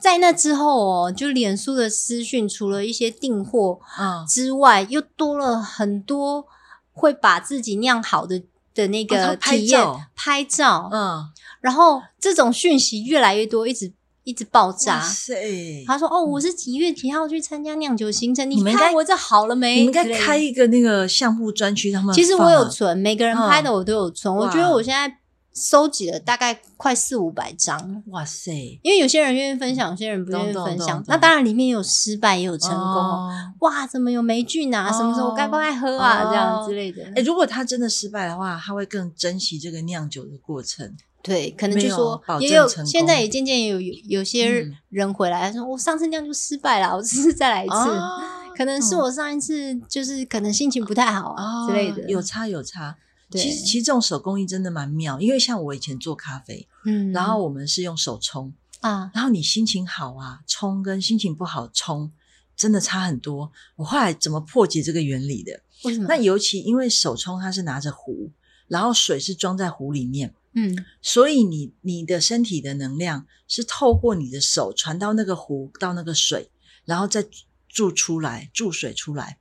Speaker 3: 在那之后哦，就脸书的私讯除了一些订货
Speaker 1: 嗯，
Speaker 3: 之外，又多了很多会把自己酿好的的那
Speaker 1: 哦
Speaker 3: 个
Speaker 1: 他拍
Speaker 3: 体验、
Speaker 1: 照
Speaker 3: 拍照，
Speaker 1: 嗯，
Speaker 3: 然后这种讯息越来越多，一直一直爆
Speaker 1: 哇
Speaker 3: 炸。
Speaker 1: 塞，嗯
Speaker 3: 他说：“哦，我是几月几号去参加酿酒行程？
Speaker 1: 你们应
Speaker 3: 看
Speaker 1: 该
Speaker 3: 我这好了没？
Speaker 1: 你们应该
Speaker 3: 之类的
Speaker 1: 开一个那个项目专区，他们
Speaker 3: 其实我
Speaker 1: 放
Speaker 3: 有
Speaker 1: 啊
Speaker 3: 存，每个人拍的我都有存。我觉得
Speaker 1: 哇
Speaker 3: 我现在收集了大概快四五百张，
Speaker 1: 哇塞，
Speaker 3: 因为有些人愿意分享，有些人不愿意
Speaker 1: 懂懂
Speaker 3: 分享
Speaker 1: 懂。
Speaker 3: 那当然里面有失败，也有成功哦。
Speaker 1: 哦。
Speaker 3: 哇，怎么有霉菌啊？什么时候
Speaker 1: 哦
Speaker 3: 该不该喝啊？
Speaker 1: 哦
Speaker 3: 这样之类的。
Speaker 1: 哎，如果他真的失败的话，他会更珍惜这个酿酒的过程。
Speaker 3: 对，可能
Speaker 1: 没
Speaker 3: 就
Speaker 1: 有
Speaker 3: 说
Speaker 1: 保
Speaker 3: 也
Speaker 1: 证
Speaker 3: 有，
Speaker 1: 成
Speaker 3: 现在
Speaker 1: 功
Speaker 3: 也渐渐有有有些
Speaker 1: 嗯
Speaker 3: 人回来说，我上次那样就失败了，我这次再来一次，
Speaker 1: 哦
Speaker 3: 可能是
Speaker 1: 嗯
Speaker 3: 我上一次就是可能心情不太好啊、
Speaker 1: 哦
Speaker 3: 之类的，
Speaker 1: 有差有差。
Speaker 3: 对，
Speaker 1: 其实其实这种手工艺真的蛮妙，因为像我以前做咖啡，
Speaker 3: 嗯，
Speaker 1: 然后我们是用手冲，
Speaker 3: 啊，
Speaker 1: 然后你心情好啊冲跟心情不好冲真的差很多。我后来怎么破解这个原理的？
Speaker 3: 为什么？
Speaker 1: 那尤其因为手冲它是拿着壶，然后水是装在壶里面，
Speaker 3: 嗯
Speaker 1: 所以你你的身体的能量是透过你的手传到那个壶到那个水，然后再注出来注水出来，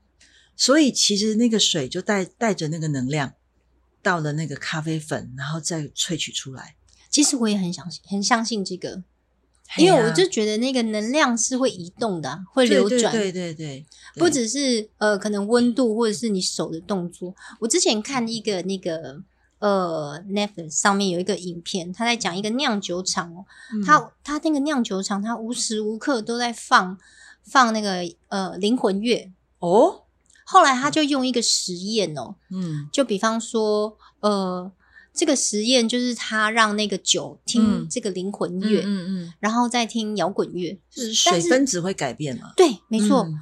Speaker 1: 所以其实那个水就带带着那个能量到了那个咖啡粉，然后再萃取出来。
Speaker 3: 其实我也很相信，很相信这个，因为
Speaker 1: 嘿
Speaker 3: 我
Speaker 1: 啊
Speaker 3: 就觉得那个能量是会移动的啊、会
Speaker 1: 对
Speaker 3: 流
Speaker 1: 对
Speaker 3: 转，
Speaker 1: 对对对，
Speaker 3: 不只是呃，可能温度或者是你手的动作。我之前
Speaker 1: 嗯
Speaker 3: 看一个那个呃 Netflix 上面有一个影片，他在讲一个酿酒厂哦，
Speaker 1: 嗯
Speaker 3: 他他那个酿酒厂，他无时无刻都在放放那个呃灵魂乐。
Speaker 1: 哦，
Speaker 3: 后来他就用一个实验哦，
Speaker 1: 嗯
Speaker 3: 就比方说呃，这个实验就是他让那个酒听
Speaker 1: 嗯
Speaker 3: 这个灵魂
Speaker 1: 嗯
Speaker 3: 乐，
Speaker 1: 嗯嗯，
Speaker 3: 然后再听摇滚乐，
Speaker 1: 就是
Speaker 3: 但
Speaker 1: 水
Speaker 3: 是
Speaker 1: 分子会改变嘛？
Speaker 3: 对，没错。
Speaker 1: 嗯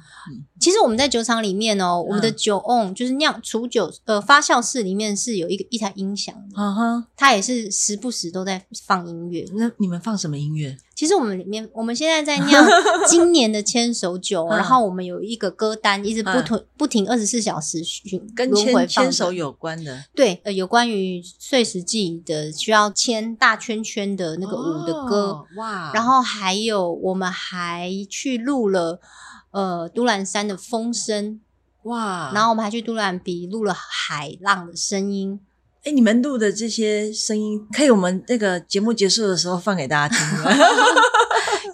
Speaker 3: 其实我们在酒厂里面哦，我们的
Speaker 1: 嗯
Speaker 3: 酒瓮就是酿储酒呃发酵室里面是有一个一台音响的，
Speaker 1: 啊哈，
Speaker 3: 它也是时不时都在放音乐。
Speaker 1: 那你们放什么音乐？
Speaker 3: 其实我们里面我们现在在酿今年的千手酒，
Speaker 1: 嗯
Speaker 3: 然后我们有一个歌单，一直不
Speaker 1: 嗯
Speaker 3: 停不停二十四小时循
Speaker 1: 跟
Speaker 3: 轮回
Speaker 1: 牵
Speaker 3: 放
Speaker 1: 牵
Speaker 3: 的
Speaker 1: 手有关的
Speaker 3: 对呃有关于碎石记的需要牵大圈圈的那个舞的歌，
Speaker 1: 哦哇，
Speaker 3: 然后还有我们还去录了呃都兰山的风声。
Speaker 1: 哇，
Speaker 3: 然后我们还去杜兰比录了海浪的声音，
Speaker 1: 哎，你们录的这些声音，可以我们那个节目结束的时候放给大家听
Speaker 3: [laughs]
Speaker 1: 吗？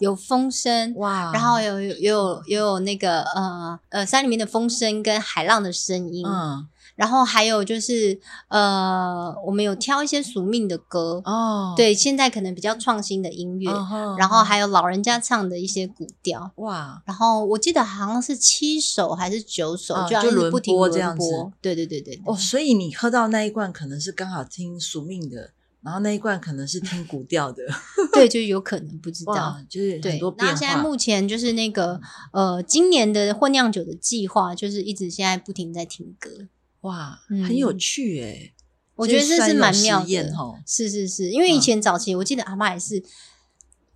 Speaker 3: 有风声，
Speaker 1: 哇
Speaker 3: 然后有有有有有那个呃呃山里面的风声跟海浪的声音，
Speaker 1: 嗯
Speaker 3: 然后还有就是呃我们有挑一些宿命的歌，
Speaker 1: 哦，
Speaker 3: 对，现在可能比较创新的音乐，
Speaker 1: 嗯哼，
Speaker 3: 然后还有老人家唱的一些古调。
Speaker 1: 哇，
Speaker 3: 然后我记得好像是七首还是九首，
Speaker 1: 嗯
Speaker 3: 就好像
Speaker 1: 就是轮
Speaker 3: 不停
Speaker 1: 播
Speaker 3: 轮
Speaker 1: 这样子
Speaker 3: 播对对对对，对
Speaker 1: 哦，所以你喝到那一罐可能是刚好听宿命的，然后那一罐可能是听古调
Speaker 3: [laughs]
Speaker 1: 的，
Speaker 3: 对，就有可能不知道
Speaker 1: 哇，就是很
Speaker 3: 对
Speaker 1: 多，变
Speaker 3: 那
Speaker 1: 化。嗯
Speaker 3: 现在目前就是那个呃，今年的混酿酒的计划，就是一直现在不停在听歌，
Speaker 1: 哇，
Speaker 3: 嗯
Speaker 1: 很有趣哎，
Speaker 3: 我觉得这是蛮妙
Speaker 1: 这算一种实验
Speaker 3: 的。
Speaker 1: 哦
Speaker 3: 是是是，因为以前早期我记得阿妈也是，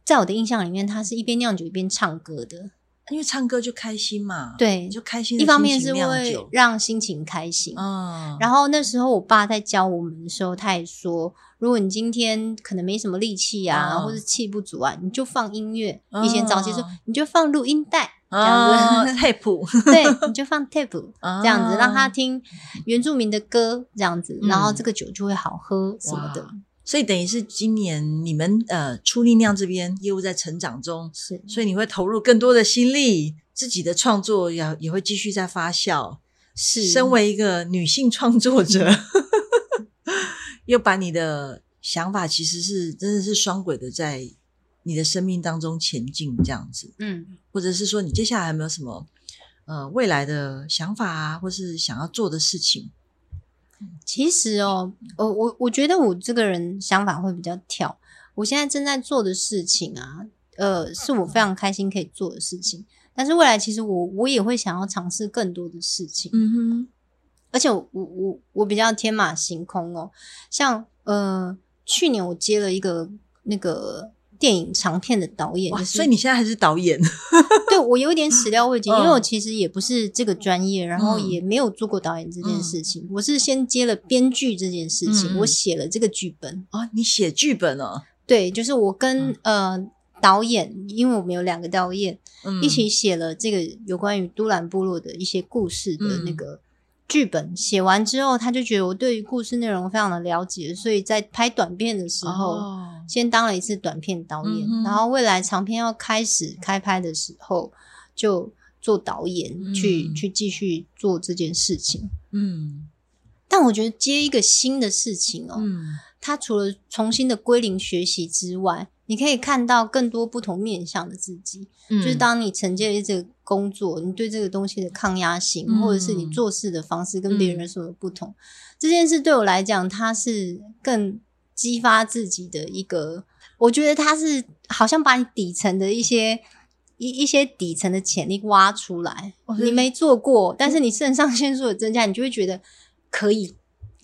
Speaker 3: 在我的印象里面，她是一边酿酒一边唱歌的。
Speaker 1: 因为唱歌就开心嘛，，
Speaker 3: 对，
Speaker 1: 哦就开心的
Speaker 3: 一
Speaker 1: 心情
Speaker 3: 方面是
Speaker 1: 酿
Speaker 3: 会
Speaker 1: 酒，
Speaker 3: 让心情开心。
Speaker 1: 嗯，
Speaker 3: 然
Speaker 1: 后
Speaker 3: 后那时候我爸在教我们的时候，他也说，如果你今天可能没什么力气啊，
Speaker 1: 嗯
Speaker 3: 或者气不足啊，你就放音乐。以前早期说
Speaker 1: 嗯，
Speaker 3: 你就放录
Speaker 1: [laughs]
Speaker 3: 音带这样
Speaker 1: 啊
Speaker 3: [laughs] 子，
Speaker 1: ，tape
Speaker 3: 对，你就放 tape
Speaker 1: 这
Speaker 3: 这样子，让他
Speaker 1: 啊哦
Speaker 3: 听原住民的歌这样子，然后这个酒就会好喝什么的
Speaker 1: 嗯哇。所以等于是今年你们呃初力量这边业务在成长中，
Speaker 3: 是，
Speaker 1: 所以你会投入更多的心力，自己的创作也也会继续在发酵。
Speaker 3: 是
Speaker 1: 身为一个女性创作者， [laughs] 又把你的想法其实是真的是双轨的在你的生命当中前进这样子，
Speaker 3: 嗯
Speaker 1: 或者是说你接下来有没有什么呃未来的想法啊，或是想要做的事情？
Speaker 3: 其实哦，呃，我我觉得我这个人想法会比较跳。我现在正在做的事情啊，呃，是我非常开心可以做的事情。但是未来其实我我也会想要尝试更多的事情，
Speaker 1: 嗯哼，
Speaker 3: 而且我我我我比较天马行空哦，像呃去年我接了一个那个电影长片的导演，
Speaker 1: 哇，
Speaker 3: 就是
Speaker 1: 所以你现在还是导演， [laughs]
Speaker 3: 对我有一点始料未及，因为
Speaker 1: 嗯
Speaker 3: 我其实也不是这个专业，然后
Speaker 1: 嗯
Speaker 3: 也没有做过导演这件事情，我是先接了编剧这件事情，
Speaker 1: 嗯嗯
Speaker 3: 我写了这个剧本，
Speaker 1: 哦，你写剧本哦，
Speaker 3: 对，就是我跟、呃导演，因为我们有两个导演、
Speaker 1: 嗯
Speaker 3: 一起写了这个有关于都兰部落的一些故事的
Speaker 1: 嗯
Speaker 3: 那个。剧本写完之后，他就觉得我对于故事内容非常的了解，所以在拍短片的时候，
Speaker 1: 哦
Speaker 3: 先当了一次短片导
Speaker 1: 嗯
Speaker 3: 演，
Speaker 1: 哼
Speaker 3: 然后未来长片要开始开拍的时候，就做导演、
Speaker 1: 嗯
Speaker 3: 去去继续做这件事情。
Speaker 1: 嗯
Speaker 3: 但我觉得接一个新的事情哦，
Speaker 1: 嗯
Speaker 3: 它除了重新的归零学习之外，你可以看到更多不同面向的自己。
Speaker 1: 嗯
Speaker 3: 就是当你承接了这个工作，你对这个东西的抗压性，
Speaker 1: 嗯
Speaker 3: 或者是你做事的方式跟别人有什么不同，这件事对我来讲，它是更激发自己的一个，我觉得它是好像把你底层的一些一一些底层的潜力挖出来，
Speaker 1: 是嗯
Speaker 3: 你没做过，但是你肾上腺素的增加，你就会觉得可以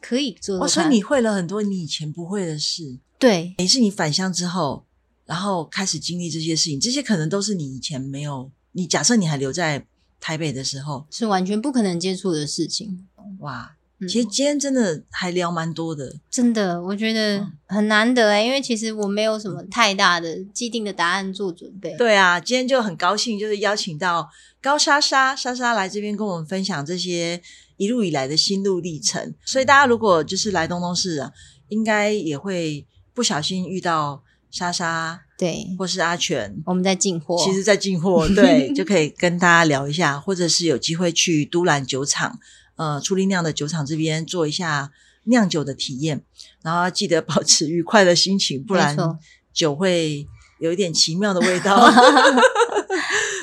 Speaker 3: 可以做做
Speaker 1: 哦，所以
Speaker 3: 看
Speaker 1: 你会了很多你以前不会的事，
Speaker 3: 对
Speaker 1: 也是你返乡之后，然后开始经历这些事情，这些可能都是你以前没有。你假设你还留在台北的时候，
Speaker 3: 是完全不可能接触的事情。
Speaker 1: 哇，
Speaker 3: 嗯
Speaker 1: 其实今天真的还聊蛮多的，
Speaker 3: 真的，我觉
Speaker 1: 嗯
Speaker 3: 得很难得哎、因为其实我没有什么太大的既定的答案做准备。
Speaker 1: 对啊，今天就很高兴，就是邀请到高莎莎莎莎来这边跟我们分享这些一路以来的心路历程。所以大家如果就是来东东市啊，应该也会不小心遇到莎莎
Speaker 3: 对，
Speaker 1: 或是阿全。
Speaker 3: 我们在进货，
Speaker 1: 其实，在进
Speaker 3: [laughs]
Speaker 1: 货，对，就可以跟大家聊一下，或者是有机会去都兰酒厂，呃，初力酿的酒厂这边做一下酿酒的体验，然后记得保持愉快的心情，不然
Speaker 3: 没错
Speaker 1: 酒会有一点奇妙的味
Speaker 3: [laughs]
Speaker 1: 道。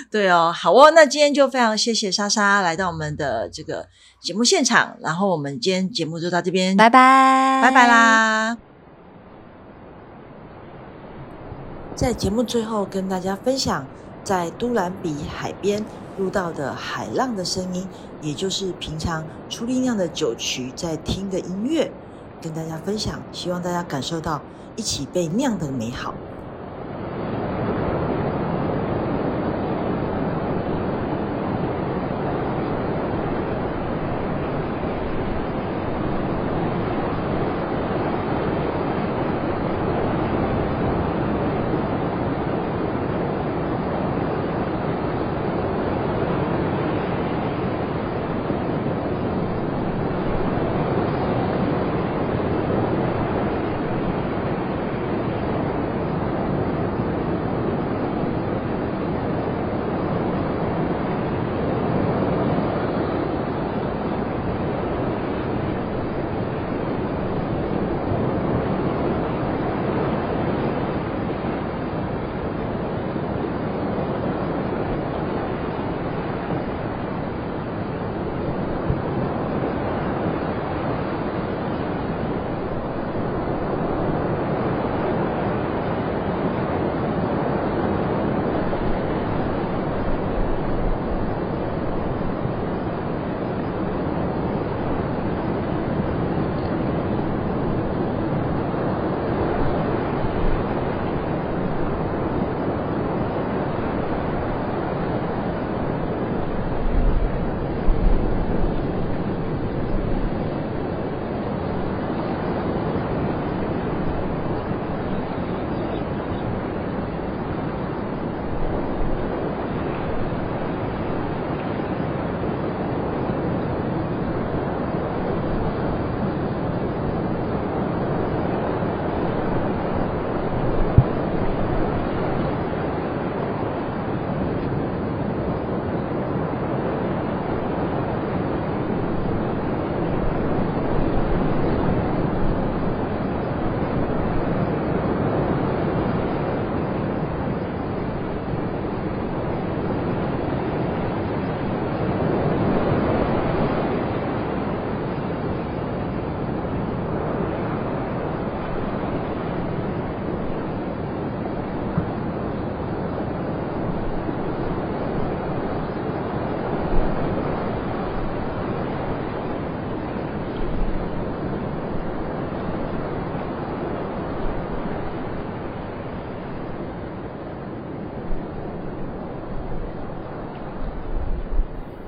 Speaker 1: 对哦，好哦，那今天就非常谢谢莎莎来到我们的这个节目现场，然后我们今天节目就到这边，
Speaker 3: 拜拜，
Speaker 1: 拜拜。啦！在节目最后跟大家分享，在都兰比海边录到的海浪的声音，也就是平常出力量的酒曲在听的音乐，跟大家分享，希望大家感受到一起被酿的美好。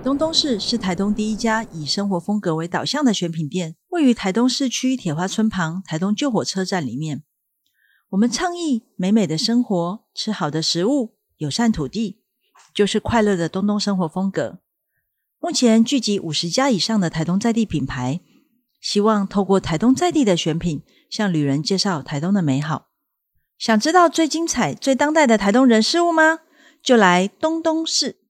Speaker 1: 东东市是台东第一家以生活风格为导向的选品店，位于台东市区铁花村旁台东旧火车站里面。我们倡议美美的生活，吃好的食物，友善土地，就是快乐的东东生活风格。目前聚集五十家以上的台东在地品牌，希望透过台东在地的选品，向旅人介绍台东的美好。想知道最精彩、最当代的台东人事物吗？就来东东市。